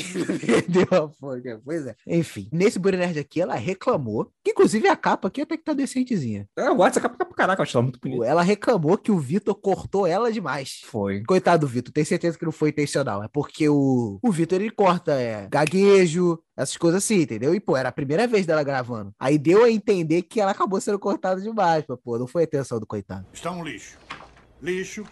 S1: Deu a forca, pois é. Enfim, nesse Buri Nerd aqui, ela reclamou, que inclusive a capa aqui até que tá decentezinha.
S2: Eu gosto dessa capa é pra caraca, eu acho ela muito bonita.
S1: Ela reclamou que o Vitor cortou ela demais.
S2: Foi.
S1: Coitado do Vitor, tenho certeza que não foi intencional. É porque o, o Vitor ele corta é, gaguejo, essas coisas assim, entendeu? E pô, era a primeira vez dela gravando. Aí deu a entender que ela acabou sendo cortada demais, mas pô, não foi a intenção do coitado.
S3: Está um lixo. Lixo,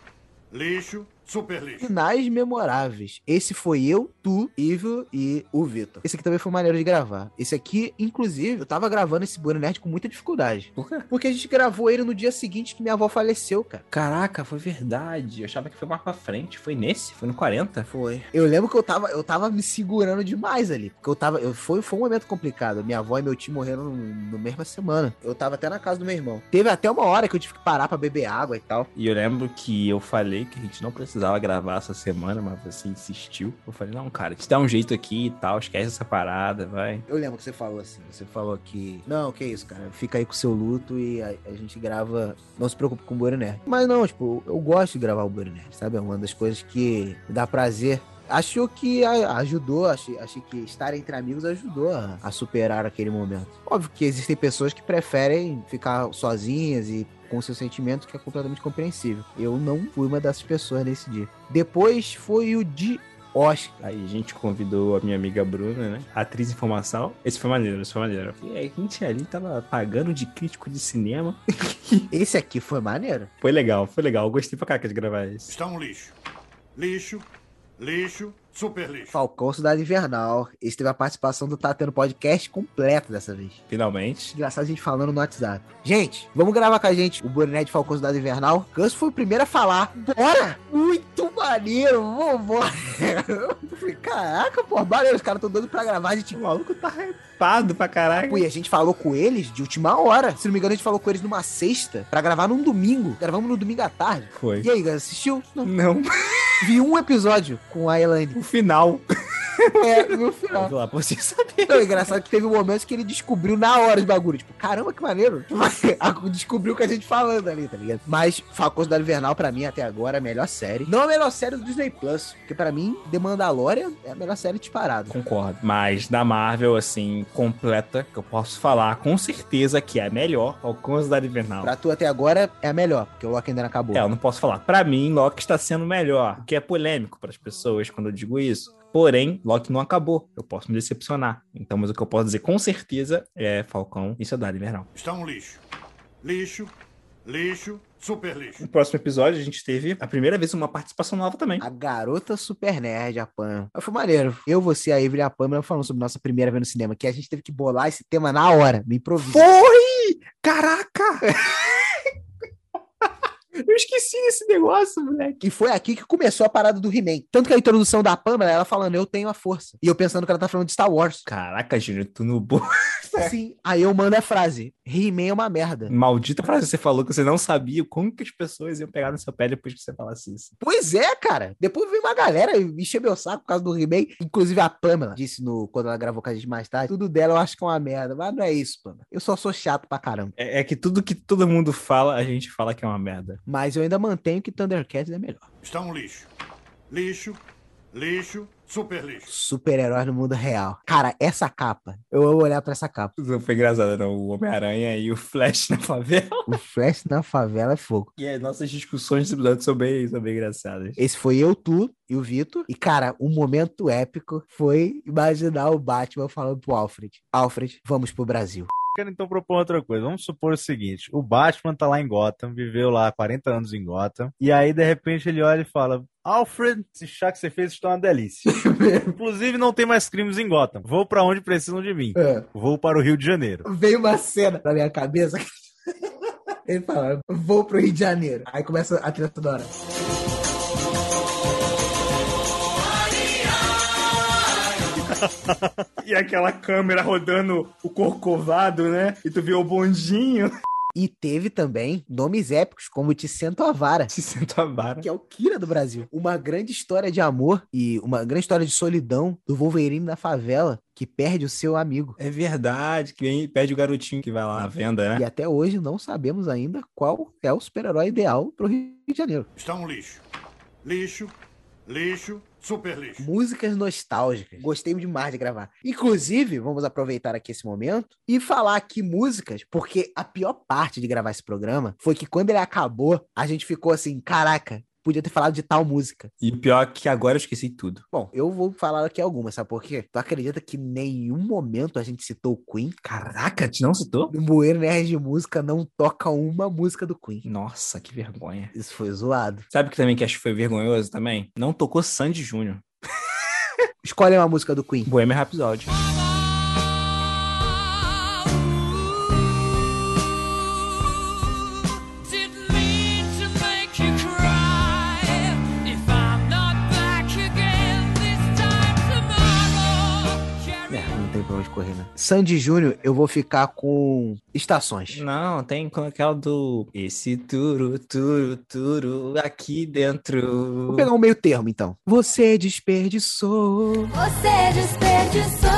S3: lixo, super lixo.
S1: Finais memoráveis. Esse foi eu, tu, Ivo e o Vitor. Esse aqui também foi maneiro de gravar. Esse aqui, inclusive, eu tava gravando esse Bueno Nerd com muita dificuldade.
S2: Por quê?
S1: Porque a gente gravou ele no dia seguinte que minha avó faleceu, cara.
S2: Caraca, foi verdade. Eu achava que foi mais pra frente. Foi nesse? Foi no 40?
S1: Foi. Eu lembro que eu tava, eu tava me segurando demais ali. Porque eu tava. Eu, foi, foi um momento complicado. Minha avó e meu tio morreram no, no mesma semana. Eu tava até na casa do meu irmão. Teve até uma hora que eu tive que parar pra beber água e tal.
S2: E eu lembro que eu falei que a gente não precisava gravar essa semana, mas você insistiu. Eu falei, não, cara, te dá um jeito aqui e tal, esquece essa parada, vai.
S1: Eu lembro que você falou assim. Você falou que. Não, que isso, cara. Fica aí com o seu luto e a, a gente grava. Não se preocupe com o Buri Nerd. Mas não, tipo, eu gosto de gravar o Buri Nerd, sabe? É uma das coisas que me dá prazer. Achou que a- ajudou, achei, achei que estar entre amigos ajudou a, a superar aquele momento. Óbvio que existem pessoas que preferem ficar sozinhas e com seus sentimentos, que é completamente compreensível. Eu não fui uma dessas pessoas nesse dia. Depois foi o de Oscar.
S2: Aí a gente convidou a minha amiga Bruna, né? Atriz em formação. Esse foi maneiro, esse foi maneiro. E aí a gente ali tava pagando de crítico de cinema.
S1: Esse aqui foi maneiro.
S2: Foi legal, foi legal. Eu gostei pra caraca de gravar esse.
S3: Está um lixo. Lixo, lixo, super lixo.
S1: Falcão Cidade Invernal. Esse teve a participação do Tatendo Podcast completa dessa vez.
S2: Finalmente.
S1: Engraçado a gente falando no WhatsApp. Gente, vamos gravar com a gente o Boné de Falcão Cidade Invernal. Ganso foi o primeiro a falar. Bora! Muito maneiro, vambora! Eu falei, caraca, pô, maneiro, os caras tão doidos pra gravar, a gente...
S2: O maluco tá hypado pra
S1: Pô,
S2: caraca.
S1: E a gente falou com eles de última hora. Se não me engano, a gente falou com eles numa sexta pra gravar num domingo. Gravamos no domingo à tarde.
S2: Foi.
S1: E aí, galera, assistiu? Não.
S2: Não,
S1: Vi um episódio com a Elaine.
S2: o final.
S1: É, no final.
S2: Vamos lá, pra você saber.
S1: Não, engraçado que teve um momento que ele descobriu na hora os bagulho. Tipo, caramba, que maneiro. descobriu o que a gente falando ali, tá ligado? Mas Falcão Cidade Invernal, pra mim, até agora, é a melhor série. Não a melhor série do Disney Plus. Porque pra mim, The Mandalorian é a melhor série disparada.
S2: Concordo. Mas da Marvel, assim, completa, que eu posso falar com certeza que é a melhor, Falcão e Cidade Invernal.
S1: Pra tu até agora é a melhor, porque o Loki ainda não acabou.
S2: É, eu não posso falar. Pra mim, Loki está sendo melhor, o que é polêmico para as pessoas quando eu digo isso. Porém, Loki não acabou. Eu posso me decepcionar. Então, mas o que eu posso dizer com certeza é Falcão e Cidade Invernal.
S3: Está um lixo. Lixo, lixo, super lixo.
S2: No próximo episódio, a gente teve a primeira vez uma participação nova também.
S1: A garota super nerd, a Pam. Mas Foi maneiro. Eu, você, a Evelyn e a Pamela falando sobre nossa primeira vez no cinema, que a gente teve que bolar esse tema na hora, no improviso.
S2: Foi! Caraca! Eu esqueci desse negócio, moleque.
S1: E foi aqui que começou a parada do He-Man. Tanto que a introdução da Pamela, ela falando, eu tenho a força. E eu pensando que ela tá falando de Star Wars.
S2: Caraca, Júnior, tu no bo...
S1: Assim, aí eu mando a frase, He-Man é uma merda.
S2: Maldita frase que você falou que você não sabia como que as pessoas iam pegar no seu pé depois que você falasse isso.
S1: Pois é, cara. Depois veio uma galera e me encheu meu saco por causa do He-Man. Inclusive a Pamela disse no, quando ela gravou com a gente mais tarde, tudo dela eu acho que é uma merda. Mas não é isso, Pamela. Eu só sou chato pra caramba.
S2: É, é que tudo que todo mundo fala, a gente fala que é uma merda.
S1: Mas eu ainda mantenho que Thundercats é melhor.
S3: Está um lixo. lixo, lixo, super lixo.
S1: Super-herói no mundo real. Cara, essa capa, eu amo olhar pra essa capa.
S2: Não foi engraçado, não. O Homem-Aranha e o Flash na favela.
S1: O Flash na favela é fogo.
S2: E as nossas discussões desse episódio são bem, são bem engraçadas.
S1: Esse foi eu, tu e o Vitor. E, cara, um momento épico foi imaginar o Batman falando pro Alfred: Alfred, vamos pro Brasil.
S10: Quero então propor outra coisa. Vamos supor o seguinte: o Batman tá lá em Gotham, viveu lá 40 anos em Gotham, e aí de repente ele olha e fala: Alfred, esse chá que você fez está uma delícia. Inclusive, não tem mais crimes em Gotham. Vou pra onde precisam de mim.
S1: É.
S10: Vou para o Rio de Janeiro.
S1: Veio uma cena na minha cabeça. Ele fala: vou pro Rio de Janeiro. Aí começa a trilha sonora.
S2: E aquela câmera rodando o corcovado, né? E tu vê o bondinho.
S1: E teve também nomes épicos como Te Sento a Vara.
S2: Se senta a vara.
S1: que é o Kira do Brasil. Uma grande história de amor e uma grande história de solidão do Wolverine na favela que perde o seu amigo.
S2: É verdade, que vem- pede o garotinho que vai lá na venda,
S1: E
S2: né?
S1: até hoje não sabemos ainda qual é o super-herói ideal pro Rio de Janeiro.
S3: Está um lixo, lixo, lixo, super lixo.
S1: Músicas nostálgicas. Gostei demais de gravar. Inclusive, vamos aproveitar aqui esse momento e falar aqui músicas, porque a pior parte de gravar esse programa foi que quando ele acabou, a gente ficou assim, caraca, podia ter falado de tal música.
S2: E o pior é que agora eu esqueci tudo.
S1: Bom, eu vou falar aqui algumas, sabe por quê? Tu acredita que em nenhum momento a gente citou o Queen?
S2: Caraca, te não citou?
S1: No Moer Nerd de Música não toca uma música do Queen.
S2: Nossa, que vergonha.
S1: Isso foi zoado.
S2: Sabe o que também que acho que foi vergonhoso também? Não tocou Sandy Júnior.
S1: Escolhe uma música do Queen.
S2: Bohemian Rhapsody.
S4: Didn't mean to make you cry. If I'm not back again this time tomorrow,
S1: É, não tem pra onde correr, né? Sandy Júnior, eu vou ficar com Estações.
S2: Não, tem com aquela do... Esse turu, turu, turu, aqui dentro.
S1: Vou pegar um meio termo, então. Você desperdiçou.
S4: Você desperdiçou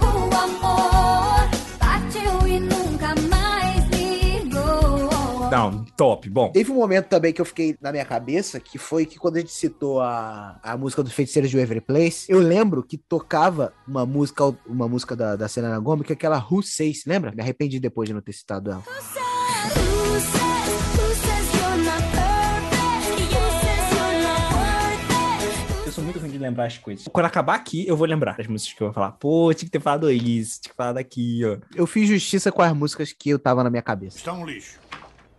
S4: o amor, partiu e nunca mais ligou.
S2: Não, top, bom.
S1: Teve um momento também que eu fiquei na minha cabeça, que foi que quando a gente citou a, a música dos feiticeiros de Waverly Place, eu lembro que tocava uma música, uma música da, da Selena Gomez, que é aquela Who Says, lembra? Me arrependi depois de não ter citado ela.
S4: Who says, who says you're not perfect? Who says you're not worth it?
S2: Eu sou muito ruim de lembrar as coisas. Quando acabar aqui, eu vou lembrar das músicas que eu vou falar. Pô, tinha que ter falado isso, tinha que ter falado aquilo.
S1: Eu fiz justiça com as músicas que eu tava na minha cabeça.
S3: Está um lixo,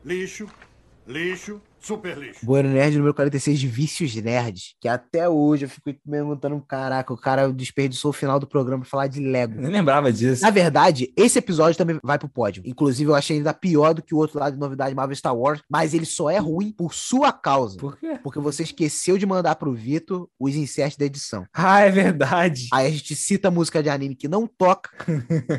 S3: lixo, lixo, super lixo.
S1: Bueno Nerd número 46 de Vícios Nerds, que até hoje eu fico me perguntando, caraca, o cara desperdiçou o final do programa pra falar de Lego.
S2: Eu nem lembrava disso.
S1: Na verdade, esse episódio também vai pro pódio. Inclusive, eu achei ainda pior do que o outro lado de novidade Marvel Star Wars, mas ele só é ruim por sua causa.
S2: Por quê?
S1: Porque você esqueceu de mandar pro Vitor os inserts da edição.
S2: Ah, é verdade.
S1: Aí a gente cita música de anime que não toca.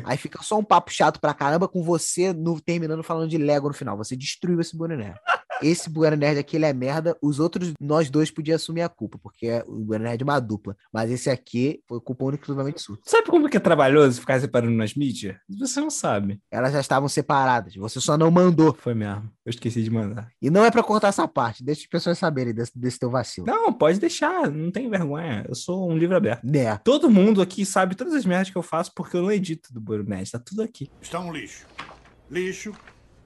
S1: aí fica só um papo chato pra caramba com você no, terminando falando de Lego no final. Você destruiu esse Bueno Nerd. Esse Bueno Nerd aqui, ele é merda. Os outros, nós dois, podíamos assumir a culpa, porque o Bueno Nerd é uma dupla. Mas esse aqui foi culpa única e exclusivamente sua.
S2: Sabe como que é trabalhoso ficar separando nas mídias? Você não sabe.
S1: Elas já estavam separadas. Você só não mandou.
S2: Foi mesmo. Eu esqueci de mandar.
S1: E não é pra cortar essa parte. Deixa as pessoas saberem desse, desse teu vacilo.
S2: Não, pode deixar. Não tem vergonha. Eu sou um livro aberto.
S1: Né?
S2: Todo mundo aqui sabe todas as merdas que eu faço porque eu não edito do Burnet. Tá tudo aqui.
S3: Está um lixo, lixo,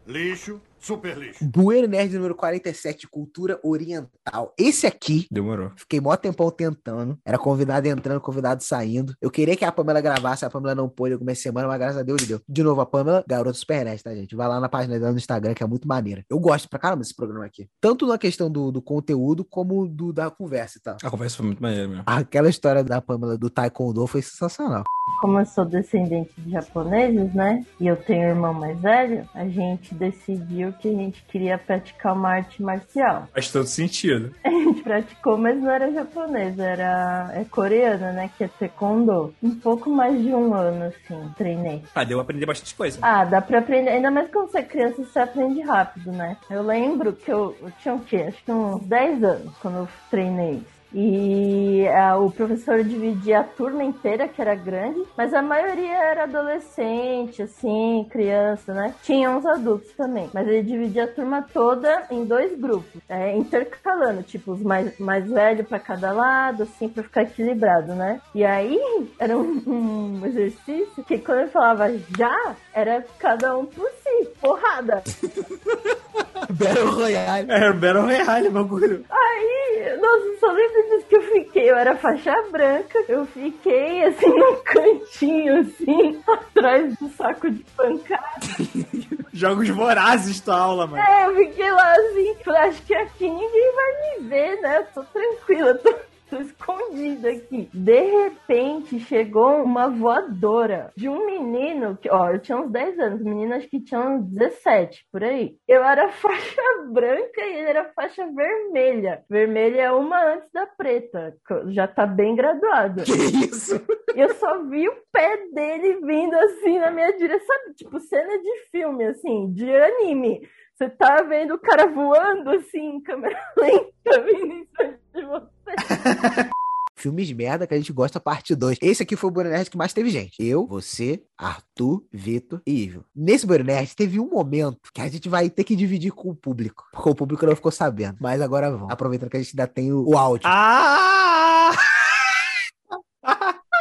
S3: lixo, super lixo.
S1: Bueiro Nerd número 47, Cultura Oriental. Esse aqui,
S2: Demorou.
S1: fiquei mó tempão tentando. Era convidado entrando, convidado saindo. Eu queria que a Pamela gravasse, a Pamela não pôde algumas semanas, mas graças a Deus deu. De novo, a Pamela, garota super nerd, tá, gente? Vai lá na página dela no Instagram, que é muito maneira. Eu gosto pra caramba desse programa aqui. Tanto na questão do, do conteúdo, como do, da conversa e tal.
S2: A conversa foi muito maneira mesmo.
S1: Aquela história da Pamela do Taekwondo foi sensacional.
S11: Como eu sou descendente de japoneses, né? E eu tenho um irmão mais velho, a gente decidiu que a gente queria praticar uma arte marcial.
S2: Faz todo sentido.
S11: A gente praticou, mas não era japonesa, era é coreana, né? Que é taekwondo. Um pouco mais de um ano, assim, treinei.
S2: Ah, deu pra aprender bastante coisa.
S11: Ah, dá pra aprender. Ainda mais quando você é criança, você aprende rápido, né? Eu lembro que eu, eu tinha o quê? Acho que uns 10 anos quando eu treinei isso. E ah, o professor dividia a turma inteira, que era grande, mas a maioria era adolescente, assim, criança, né? Tinha uns adultos também, mas ele dividia a turma toda em dois grupos, é, intercalando, tipo, os mais, mais velhos para cada lado, assim, pra ficar equilibrado, né? E aí era um, um exercício que quando eu falava já, era cada um por si, porrada.
S1: Battle Royale.
S2: É, Battle Royale, bagulho.
S11: Aí, nossa, eu só lembro disso que eu fiquei. Eu era faixa branca, eu fiquei assim num cantinho, assim, atrás do saco de pancada.
S2: Jogos vorazes tua aula, mano.
S11: É, eu fiquei lá assim, falei, acho que aqui ninguém vai me ver, né? Eu tô tranquila, tô. tô escondida aqui. De repente chegou uma voadora de um menino que, ó, eu tinha uns 10 anos, menino acho que tinha uns 17 por aí. Eu era faixa branca e ele era faixa vermelha. Vermelha é uma antes da preta, co- já tá bem graduado. Que
S1: isso?
S11: Eu só vi o pé dele vindo assim na minha direção, sabe? Tipo cena de filme, assim, de anime. Você tá vendo o cara voando assim, em câmera lenta, vindo em cima de você.
S1: Filmes merda que a gente gosta, parte 2. Esse aqui foi o Bora Nerd que mais teve gente. Eu, você, Arthur, Vitor e Ivo. Nesse Bora Nerd teve um momento que a gente vai ter que dividir com o público. Porque o público não ficou sabendo. Mas agora vão. Aproveitando que a gente ainda tem o, o áudio.
S2: Ah!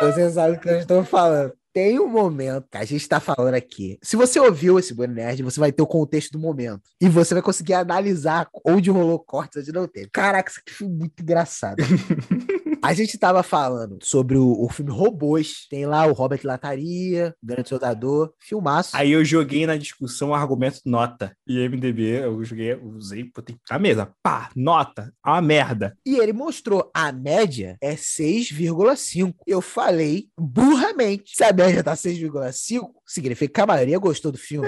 S1: Você sabe o que eu estou falando. Tem um momento que a gente está falando aqui. Se você ouviu esse Bora Nerd, você vai ter o contexto do momento. E você vai conseguir analisar onde rolou cortes, onde não teve. Caraca, isso aqui foi muito engraçado. A gente tava falando sobre o, o filme Robôs. Tem lá o Robert Lataria, o Grande Soldador, filmaço.
S2: Aí eu joguei na discussão o argumento nota. E MDB, eu joguei, eu usei, botei na mesa. Pá, nota, é uma merda.
S1: E ele mostrou a média é 6,5. Eu falei burramente. Se a média tá 6,5, significa que a maioria gostou do filme.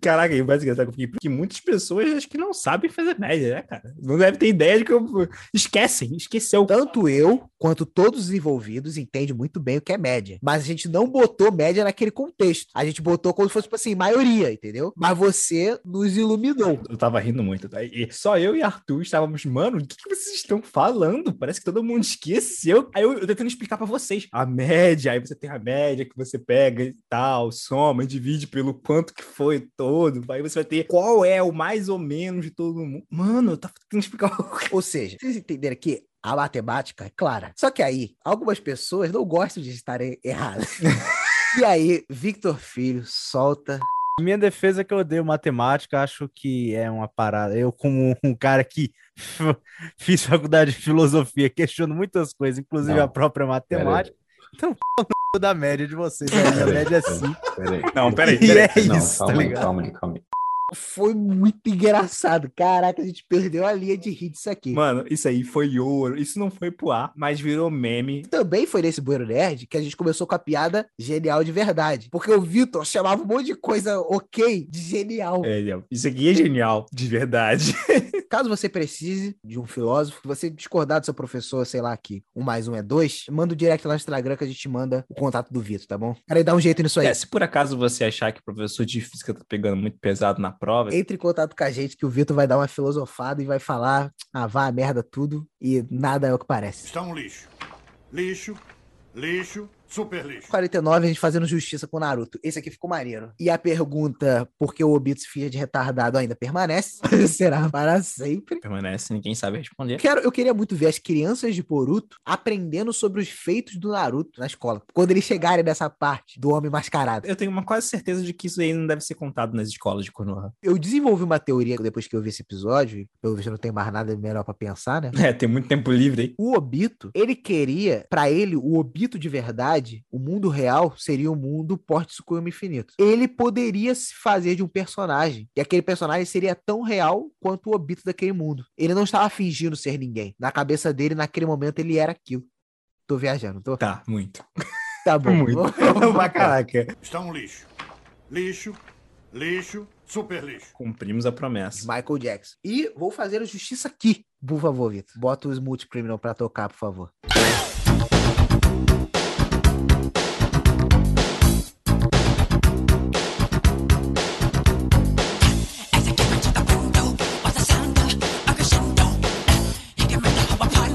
S2: Caraca, e o mais engraçado que eu fiquei, porque muitas pessoas acho que não sabem fazer média, né, cara? Não deve ter ideia de que eu... Esquecem, esqueceu.
S1: Tanto eu quanto todos os envolvidos entendem muito bem o que é média. Mas a gente não botou média naquele contexto. A gente botou como se fosse, tipo assim, maioria, entendeu? Mas você nos iluminou.
S2: Eu tava rindo muito. tá? E só eu e Arthur estávamos, mano, o que, que vocês estão falando? Parece que todo mundo esqueceu. Aí eu, eu tentando explicar pra vocês. A média, aí você tem a média que você pega e tal, soma, divide pelo quanto que foi todo. Aí você vai ter qual é o mais ou menos de todo mundo. Mano, eu tava tentando explicar.
S1: Ou seja, vocês entenderam que a matemática é clara. Só que aí, algumas pessoas não gostam de estarem erradas. e aí, Victor Filho solta.
S10: Minha defesa é que eu odeio matemática, acho que é uma parada. Eu, como um cara que fiz faculdade de filosofia, questiono muitas coisas, inclusive
S9: Não.
S10: a própria matemática. Então, no da média de vocês, a minha média é 5.
S9: Peraí.
S2: Não, peraí,
S10: E
S2: peraí.
S10: é
S9: Não,
S10: isso,
S9: calma
S10: tá
S9: aí,
S10: ligado?
S9: calma aí, calma aí.
S1: Foi muito engraçado. Caraca, a gente perdeu a linha de rir disso aqui.
S2: Mano, isso aí foi ouro. Isso não foi pro ar, mas virou meme.
S1: Também foi nesse Bueiro Nerd que a gente começou com a piada genial de verdade. Porque o Vitor chamava um monte de coisa ok de genial.
S2: É, não, isso aqui é genial, de verdade.
S1: Caso você precise de um filósofo, você discordar do seu professor, sei lá, que um mais um é dois, manda o direct lá no Instagram que a gente manda o contato do Vitor, tá bom? Cara, dá um jeito nisso aí.
S2: É, se por acaso você achar que o professor de física tá pegando muito pesado na prova,
S1: Entre em contato com a gente que o Vitor vai dar uma filosofada e vai falar, ah, vá a merda tudo e nada é o que parece.
S3: Está um lixo. Lixo, lixo, super lixo.
S1: 49, a gente fazendo justiça com o Naruto. Esse aqui ficou maneiro. E a pergunta, por que o Obito se finge de retardado ainda permanece? Será para sempre?
S2: permanece, ninguém sabe responder.
S1: Eu, quero- eu queria muito ver as crianças de Boruto aprendendo sobre os feitos do Naruto na escola. Quando eles chegarem nessa parte do homem mascarado.
S2: Eu tenho uma quase certeza de que isso aí não deve ser contado nas escolas de Konoha.
S1: Eu desenvolvi uma teoria depois que eu vi esse episódio. Pelo visto, eu não tenho mais nada melhor pra pensar, né?
S2: É, tem muito tempo livre aí.
S1: O Obito, ele queria, pra ele, o Obito de verdade, o mundo real, seria o mundo Porte Sucuyama Infinito. Ele poderia se fazer de um personagem, e aquele personagem seria tão real quanto o Obito daquele mundo. Ele não estava fingindo ser ninguém. Na cabeça dele, naquele momento, ele era aquilo. Tô viajando, tô?
S2: Tá, muito.
S1: Tá bom.
S2: Muito. pra caraca.
S3: Está um lixo. Lixo, lixo, super lixo.
S2: Cumprimos a promessa.
S1: Michael Jackson. E vou fazer a justiça aqui. Por favor, Vitor. Bota os Multicriminal pra tocar, por favor.
S4: Essa que é a batida, ponto, bota samba, acrescento. E que manda roupa, palma,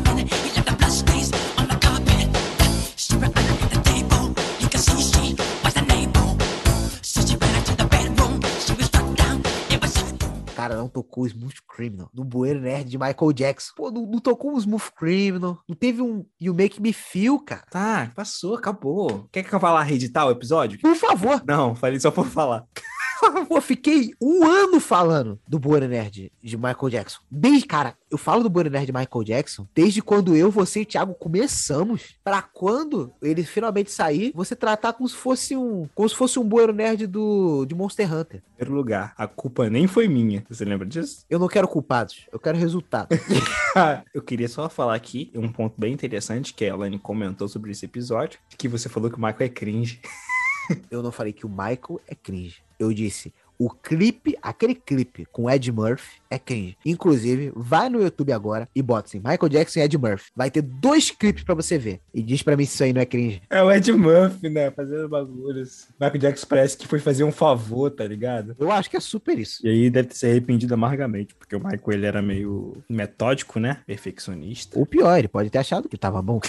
S1: Cara, não tocou o Smooth Criminal. No Bueiro Nerd de Michael Jackson. Pô, não, não tocou o Smooth Criminal. Não teve um You Make Me Feel, cara.
S2: Tá, passou, acabou. Quer que eu vá lá reeditar o episódio?
S1: Por favor.
S2: Não, falei só por falar.
S1: Pô, fiquei um ano falando do Bueiro Nerd de Michael Jackson. Desde, cara, eu falo do Bueiro Nerd de Michael Jackson desde quando eu, você e o Thiago começamos. Pra quando ele finalmente sair, você tratar como se fosse um, como se fosse um Bueiro Nerd do, de Monster Hunter.
S2: Em primeiro lugar, a culpa nem foi minha. Você lembra disso?
S1: Eu não quero culpados, eu quero resultado.
S2: eu queria só falar aqui um ponto bem interessante que a Elaine comentou sobre esse episódio, que você falou que o Michael é cringe.
S1: Eu não falei que o Michael é cringe. Eu disse, o clipe, aquele clipe com Ed Murphy é cringe. Inclusive, vai no YouTube agora e bota assim, Michael Jackson e Ed Murphy. Vai ter dois clipes pra você ver. E diz pra mim se isso aí não é cringe.
S2: É o Ed Murphy, né? Fazendo bagulhos. Michael Jackson parece que foi fazer um favor, tá ligado?
S1: Eu acho que é super isso.
S2: E aí deve ter se arrependido amargamente, porque o Michael ele era meio metódico, né? Perfeccionista.
S1: Ou pior, ele pode ter achado que tava bom.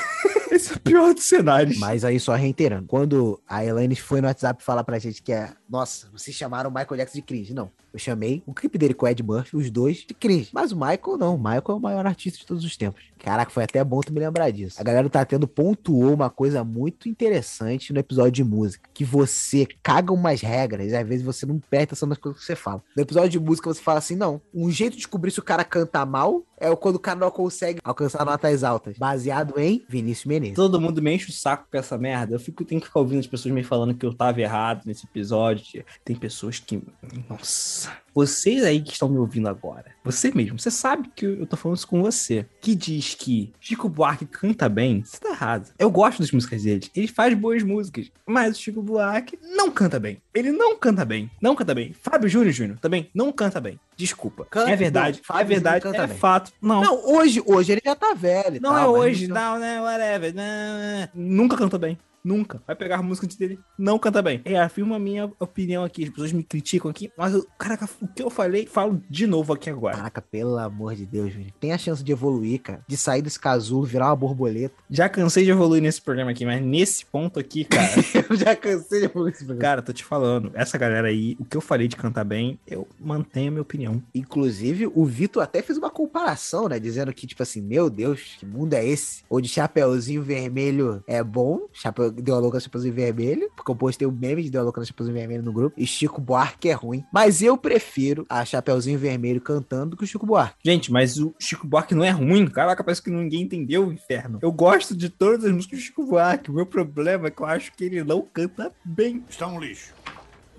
S2: Esse é o pior dos cenários.
S1: Mas aí, só reiterando, quando a Elaine foi no WhatsApp falar pra gente que é, nossa, vocês chamaram o Michael Jackson de cringe. Não, eu chamei o clipe dele com o Ed Murphy, os dois, de cringe. Mas o Michael não, o Michael é o maior artista de todos os tempos. Caraca, foi até bom tu me lembrar disso. A galera tá tendo, pontuou uma coisa muito interessante no episódio de música, que você caga umas regras, e às vezes você não presta atenção nas coisas que você fala. No episódio de música você fala assim, não, um jeito de descobrir se o cara canta mal é quando o cara não consegue alcançar notas altas, baseado em Vinícius Menezes.
S2: Todo mundo me enche o saco com essa merda. Eu fico, tenho que ficar ouvindo as pessoas me falando que eu tava errado nesse episódio. Tem pessoas que. Nossa. Vocês aí que estão me ouvindo agora, você mesmo, você sabe que eu tô falando isso com você, que diz que Chico Buarque canta bem, você tá errado. Eu gosto das músicas dele, ele faz boas músicas, mas o Chico Buarque não canta bem. Ele não canta bem, não canta bem. Fábio Júnior Júnior também não canta bem. Desculpa.
S1: Canta-
S2: é verdade,
S1: não, Fábio
S2: é verdade,
S1: Júnior canta
S2: é
S1: bem.
S2: fato. Não, não,
S1: Não, hoje, hoje ele já tá velho. e tal,
S2: é
S1: mas
S2: hoje,
S1: então-
S2: não, né, whatever. não, não, não. Nunca canta bem. Nunca. Vai pegar a música antes dele, não canta bem. É, afirmo a minha opinião aqui. As pessoas me criticam aqui, mas, eu, caraca, o que eu falei, falo de novo aqui agora.
S1: Caraca, pelo amor de Deus, menino. Tem a chance de evoluir, cara. De sair desse casulo, virar uma borboleta.
S2: Já cansei de evoluir nesse programa aqui, mas nesse ponto aqui, cara.
S1: Eu já cansei de evoluir esse programa.
S2: cara, tô te falando. Essa galera aí, o que eu falei de cantar bem, eu mantenho a minha opinião.
S1: Inclusive, o Vitor até fez uma comparação, né? Dizendo que, tipo assim, meu Deus, que mundo é esse? Onde Chapeuzinho Vermelho é bom. Chapeu... Deu a louca no Chapeuzinho Vermelho. Porque eu postei o meme de Deu a louca no Chapeuzinho Vermelho no grupo. E Chico Buarque é ruim. Mas eu prefiro a Chapeuzinho Vermelho cantando do que o Chico Buarque.
S2: Gente, mas o Chico Buarque não é ruim. Caraca, parece que ninguém entendeu o inferno. Eu gosto de todas as músicas do Chico Buarque. O meu problema é que eu acho que ele não canta bem.
S3: Está um lixo.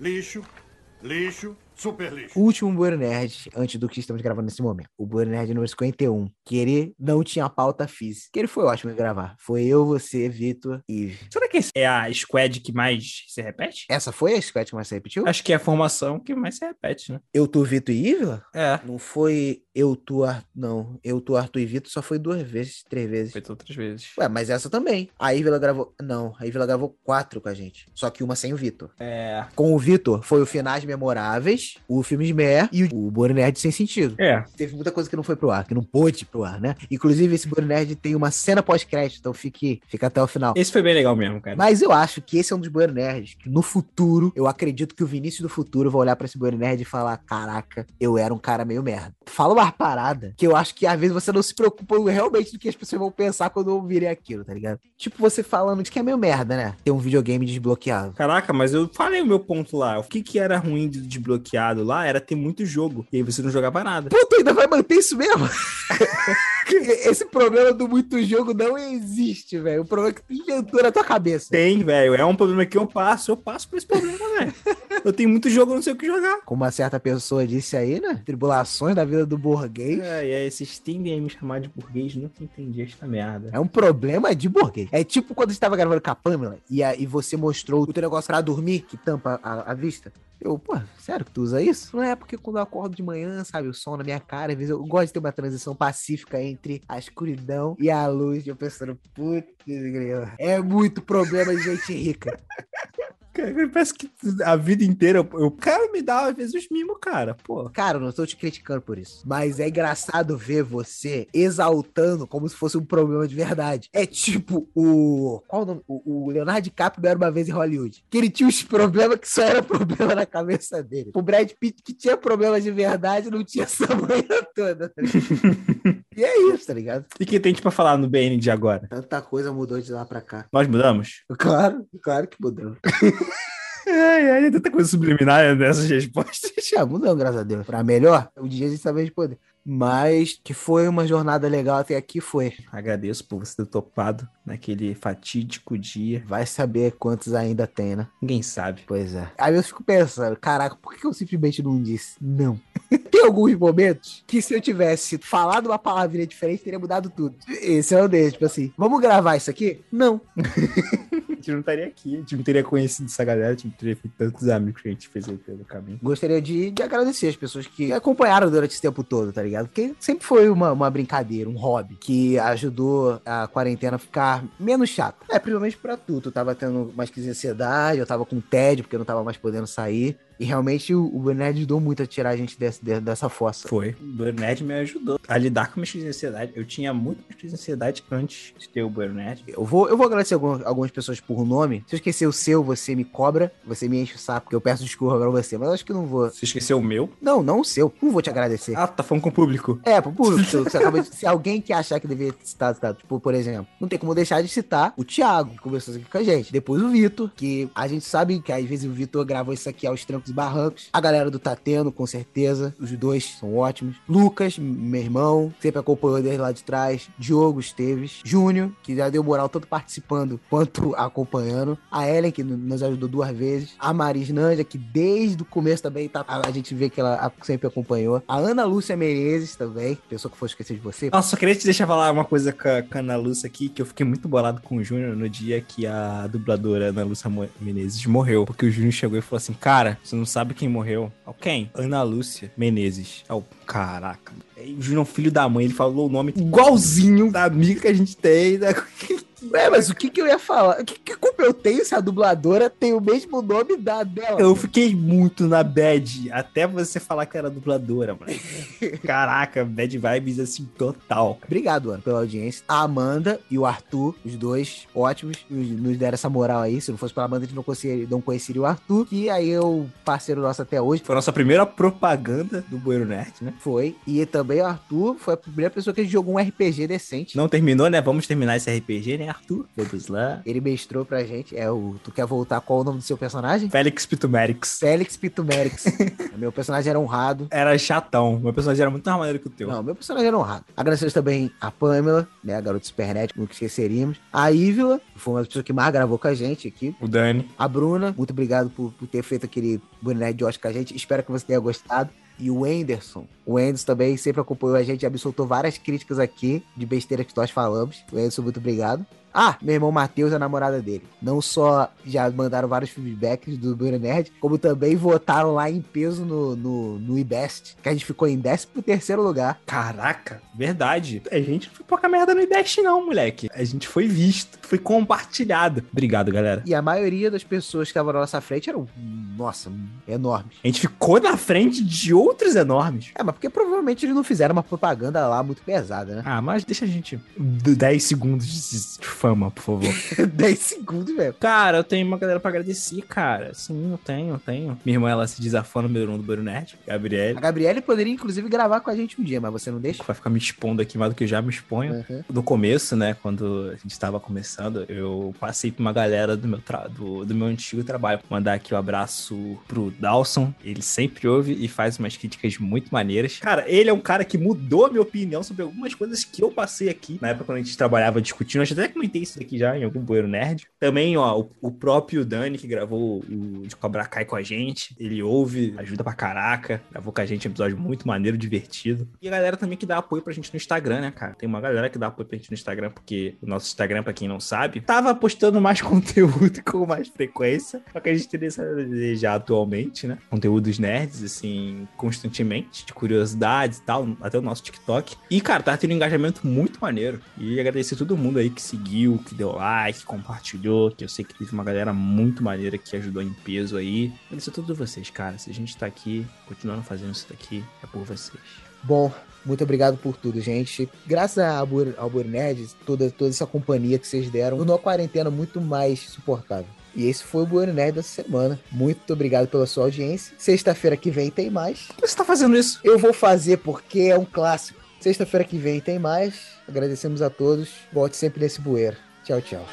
S3: Lixo, lixo, super lixo.
S1: Último Bueiro Nerd, antes do que estamos gravando nesse momento. O Bueiro Nerd número 51. Que ele não tinha pauta física. Que ele foi ótimo em gravar. Foi eu, você, Vitor e Ive.
S2: Será que essa é a squad que mais se repete?
S1: Essa foi a Scott que mais você repetiu?
S2: Acho que é a formação que mais se repete, né?
S1: Eu, tu, Vitor e Ive?
S2: É.
S1: Não foi eu, tu, Ar... não. Eu, tu, Arthur e Vitor só foi duas vezes, três vezes.
S2: Feito outras vezes.
S1: Ué, mas essa também. A Ivila gravou. Não, a Ivila gravou quatro com a gente. Só que uma sem o Vitor.
S2: É.
S1: Com o Vitor, foi o Finais Memoráveis, o Filme de Mer e o Boro Nerd Sem Sentido.
S2: É.
S1: Teve muita coisa que não foi pro ar, que não pôde ir pro ar, né? Inclusive, esse Boro Nerd tem uma cena pós-crédito, então fique, fica até o final.
S2: Esse foi bem legal mesmo, cara.
S1: Mas eu acho que esse é um dos Bueiro Nerds. Que no futuro, eu acredito que o Vinícius do futuro vai olhar pra esse Bueiro Nerd e falar: Caraca, eu era um cara meio merda. Fala uma parada que eu acho que às vezes você não se preocupa realmente do que as pessoas vão pensar quando ouvirem aquilo, tá ligado? Tipo você falando de que é meio merda, né? Ter um videogame desbloqueado.
S2: Caraca, mas eu falei o meu ponto lá. O que, que era ruim de desbloqueado lá era ter muito jogo. E aí você não jogava nada.
S1: Puta, ainda vai manter isso mesmo? Esse problema do muito jogo não existe, velho. O problema é que tu inventou na tua cabeça.
S2: Tem, velho. É um problema que eu passo. Eu passo por esse problema, velho. Eu tenho muito jogo, eu não sei o que jogar.
S1: Como uma certa pessoa disse aí, né? Tribulações da vida do burguês.
S2: É, e aí vocês tendem a me chamar de burguês. Nunca entendi esta merda.
S1: É um problema de burguês. É tipo quando você tava gravando com a Pamela e, a- e você mostrou o teu negócio pra dormir, que tampa a, a vista. Eu, pô, sério que tu usa isso? Não é porque quando eu acordo de manhã, sabe, o sol na minha cara, às vezes eu gosto de ter uma transição pacífica entre a escuridão e a luz. E eu pensando, putz, grilo, é muito problema de gente rica.
S2: Cara, parece que a vida inteira eu, eu- cara me dá às vezes os mimos, cara. Pô.
S1: Cara, eu não estou te criticando por isso. Mas é engraçado ver você exaltando como se fosse um problema de verdade. É tipo o. Qual o nome? O, o Leonardo DiCaprio era uma vez em Hollywood. Que ele tinha os problemas que só era problema na cabeça dele. O Brad Pitt, que tinha problemas de verdade, não tinha essa manhã toda. tá ligado? e é isso, tá ligado?
S2: E o que tem pra falar no BN de agora?
S1: Tanta coisa mudou de lá pra cá.
S2: Nós mudamos?
S1: Claro, claro que mudou.
S2: Ai, ai, tanta coisa subliminar nessas respostas.
S1: Já mudou, graças a Deus. Pra melhor, um dia a gente sabe responder. Mas que foi uma jornada legal até aqui, foi.
S2: Agradeço por você ter topado naquele fatídico dia.
S1: Vai saber quantos ainda tem, né?
S2: Ninguém sabe.
S1: Pois é. Aí eu fico pensando, caraca, por que eu simplesmente não disse? Não. Tem alguns momentos que se eu tivesse falado uma palavrinha diferente, teria mudado tudo. Esse é um deles, tipo assim, vamos gravar isso aqui? Não.
S2: A gente não estaria aqui, a gente não teria conhecido essa galera, a gente não teria feito tantos amigos que a gente fez aí pelo caminho.
S1: Gostaria de, de agradecer as pessoas que acompanharam durante esse tempo todo, tá ligado? Porque sempre foi uma, uma brincadeira, um hobby, que ajudou a quarentena a ficar menos chata. É, principalmente pra tu. Tu tava tendo mais que ansiedade, eu tava com tédio, porque eu não tava mais podendo sair. E realmente o, o Nerd ajudou muito a tirar a gente desse, de- dessa fossa.
S2: Foi. O Burnet me ajudou a lidar com minha crise de ansiedade. Eu tinha muito mais crise de ansiedade antes de ter o Burnet.
S1: Eu vou, eu vou agradecer algum- algumas pessoas por nome. Se eu esquecer o seu, você me cobra, você me enche o saco, que eu peço desculpa pra você, mas eu acho que não vou.
S2: Você esqueceu o meu?
S1: Não, não o seu. Não vou te agradecer.
S2: Ah, tá falando com o público.
S1: É, pro público. que você acaba de- se alguém que achar que deveria ter citado, citado, tipo, por exemplo, não tem como deixar de citar o Thiago, que conversou isso aqui com a gente. Depois o Vitor, que a gente sabe que às vezes o Vitor gravou isso aqui aos trancos e barrancos. A galera do Tateno, com certeza. Os dois são ótimos. Lucas, m- meu irmão, sempre acompanhou desde lá de trás. Diogo Esteves. Júnior, que já deu moral tanto participando quanto acompanhando. A Ellen, que n- nos ajudou duas vezes. A Maris Nanja, que desde o começo também tá, a, a gente vê que ela a- sempre acompanhou. A Ana Lúcia Menezes também, pessoa que foi esquecer de você.
S2: Nossa, só queria te deixar falar uma coisa com a, com a Ana Lúcia aqui, que eu fiquei muito bolado com o Júnior no dia que a dubladora Ana Lúcia Mo- Menezes morreu. Porque o Júnior chegou e falou assim, cara, você não sabe quem morreu? Ó, Quem? Ana Lúcia Menezes. Ó, caraca. E o Júnior é um filho da mãe, ele falou o nome igualzinho da amiga que a gente tem, né?" da
S1: Ué, É, mas o que que eu ia falar? Que, que culpa eu tenho se a dubladora tem o mesmo nome da dela?
S2: Eu fiquei muito na bad, até você falar que era dubladora, mano. Caraca, bad vibes assim, total.
S1: Obrigado, Ana, pela audiência. A Amanda e o Arthur, os dois ótimos, nos, nos deram essa moral aí. Se não fosse pela Amanda, a gente não conheceria, não conheceria o Arthur, que aí é o parceiro nosso até hoje.
S2: Foi a nossa primeira propaganda do Boeiro Nerd, né?
S1: Foi. E também o Arthur foi a primeira pessoa que a gente jogou um RPG decente.
S2: Não terminou, né? Vamos terminar esse RPG, né, Arthur? Vamos lá.
S1: Ele mestrou pra gente. É o. Tu quer voltar? Qual é o nome do seu personagem?
S2: Félix Pitumerix.
S1: Félix Pitumerix. meu personagem era honrado.
S2: Era chatão. Meu personagem era muito mais maneiro que o teu.
S1: Não, meu personagem era honrado. Agradecemos também a Pamela, né? A garota supernética, nunca esqueceríamos. A Ívila, que foi uma pessoa que mais gravou com a gente aqui.
S2: O Dani.
S1: A Bruna, muito obrigado por, por ter feito aquele boné de Oscar com a gente. Espero que você tenha gostado. E o Anderson. O Anderson também sempre acompanhou a gente, já me soltou várias críticas aqui de besteira que nós falamos. O Anderson, muito obrigado. Ah, meu irmão Matheus, a namorada dele. Não só já mandaram vários feedbacks do Bura Nerd, como também votaram lá em peso no, no, no IBEST, que a gente ficou em 13 lugar.
S2: Caraca, verdade. A gente não foi pouca merda no IBEX, não, moleque. A gente foi visto, foi compartilhado. Obrigado, galera.
S1: E a maioria das pessoas que estavam na nossa frente eram, nossa, enormes.
S2: A gente ficou na frente de outros enormes.
S1: É, mas porque provavelmente eles não fizeram uma propaganda lá muito pesada, né?
S2: Ah, mas deixa a gente. d- 10 segundos de de fama, por favor.
S1: 10 segundos, velho.
S2: cara, eu tenho uma galera pra agradecer, cara. Sim, eu tenho, eu tenho. Minha irmã, ela se desafou no número 1 do Baronete,
S1: A
S2: Gabriele.
S1: Gabriele poderia, inclusive, gravar com a gente um dia, mas você não deixa?
S2: Vai ficar me expondo aqui mais do que eu já me exponho.
S1: Uhum.
S2: No começo, né, quando a gente tava começando, eu passei pra uma galera do meu, tra- do, do meu antigo trabalho. Mandar aqui o abraço pro Dawson. Ele sempre ouve e faz umas críticas muito maneiras. Cara, ele é um cara que mudou a minha opinião sobre algumas coisas que eu passei aqui. Na época quando a gente trabalhava discutindo, acho que até comentei isso daqui já em algum Bueiro Nerd. Também, ó, o, o próprio Dani, que gravou o de Cobra Kai com a gente. Ele ouve, ajuda pra caraca. Gravou com a gente um episódio muito maneiro, divertido. E a galera também que dá apoio pra gente no Instagram, né, cara? Tem uma galera que dá apoio pra gente no Instagram, porque o nosso Instagram, pra quem não sabe, tava postando mais conteúdo com mais frequência. Só que a gente teria essa já atualmente, né? Conteúdos nerds, assim, constantemente, de curiosidades e tal, até o nosso TikTok. E, cara, tá tendo um engajamento muito maneiro. E agradecer todo mundo aí que seguiu, que deu like, compartilhou, que eu sei que teve uma galera muito maneira que ajudou em peso aí. Agradecer a todos vocês, cara. Se a gente tá aqui, continuando fazendo isso daqui, é por vocês.
S1: Bom, muito obrigado por tudo, gente. Graças ao Bur- ao Bur Nerd, toda, toda essa companhia que vocês deram, tornou a quarentena muito mais suportável. E esse foi o Bueno Nerd dessa semana. Muito obrigado pela sua audiência. Sexta-feira que vem tem mais.
S2: Você tá fazendo isso?
S1: Eu vou fazer porque é um clássico. Sexta-feira que vem tem mais. Agradecemos a todos. Volte sempre nesse bueiro. Tchau, tchau.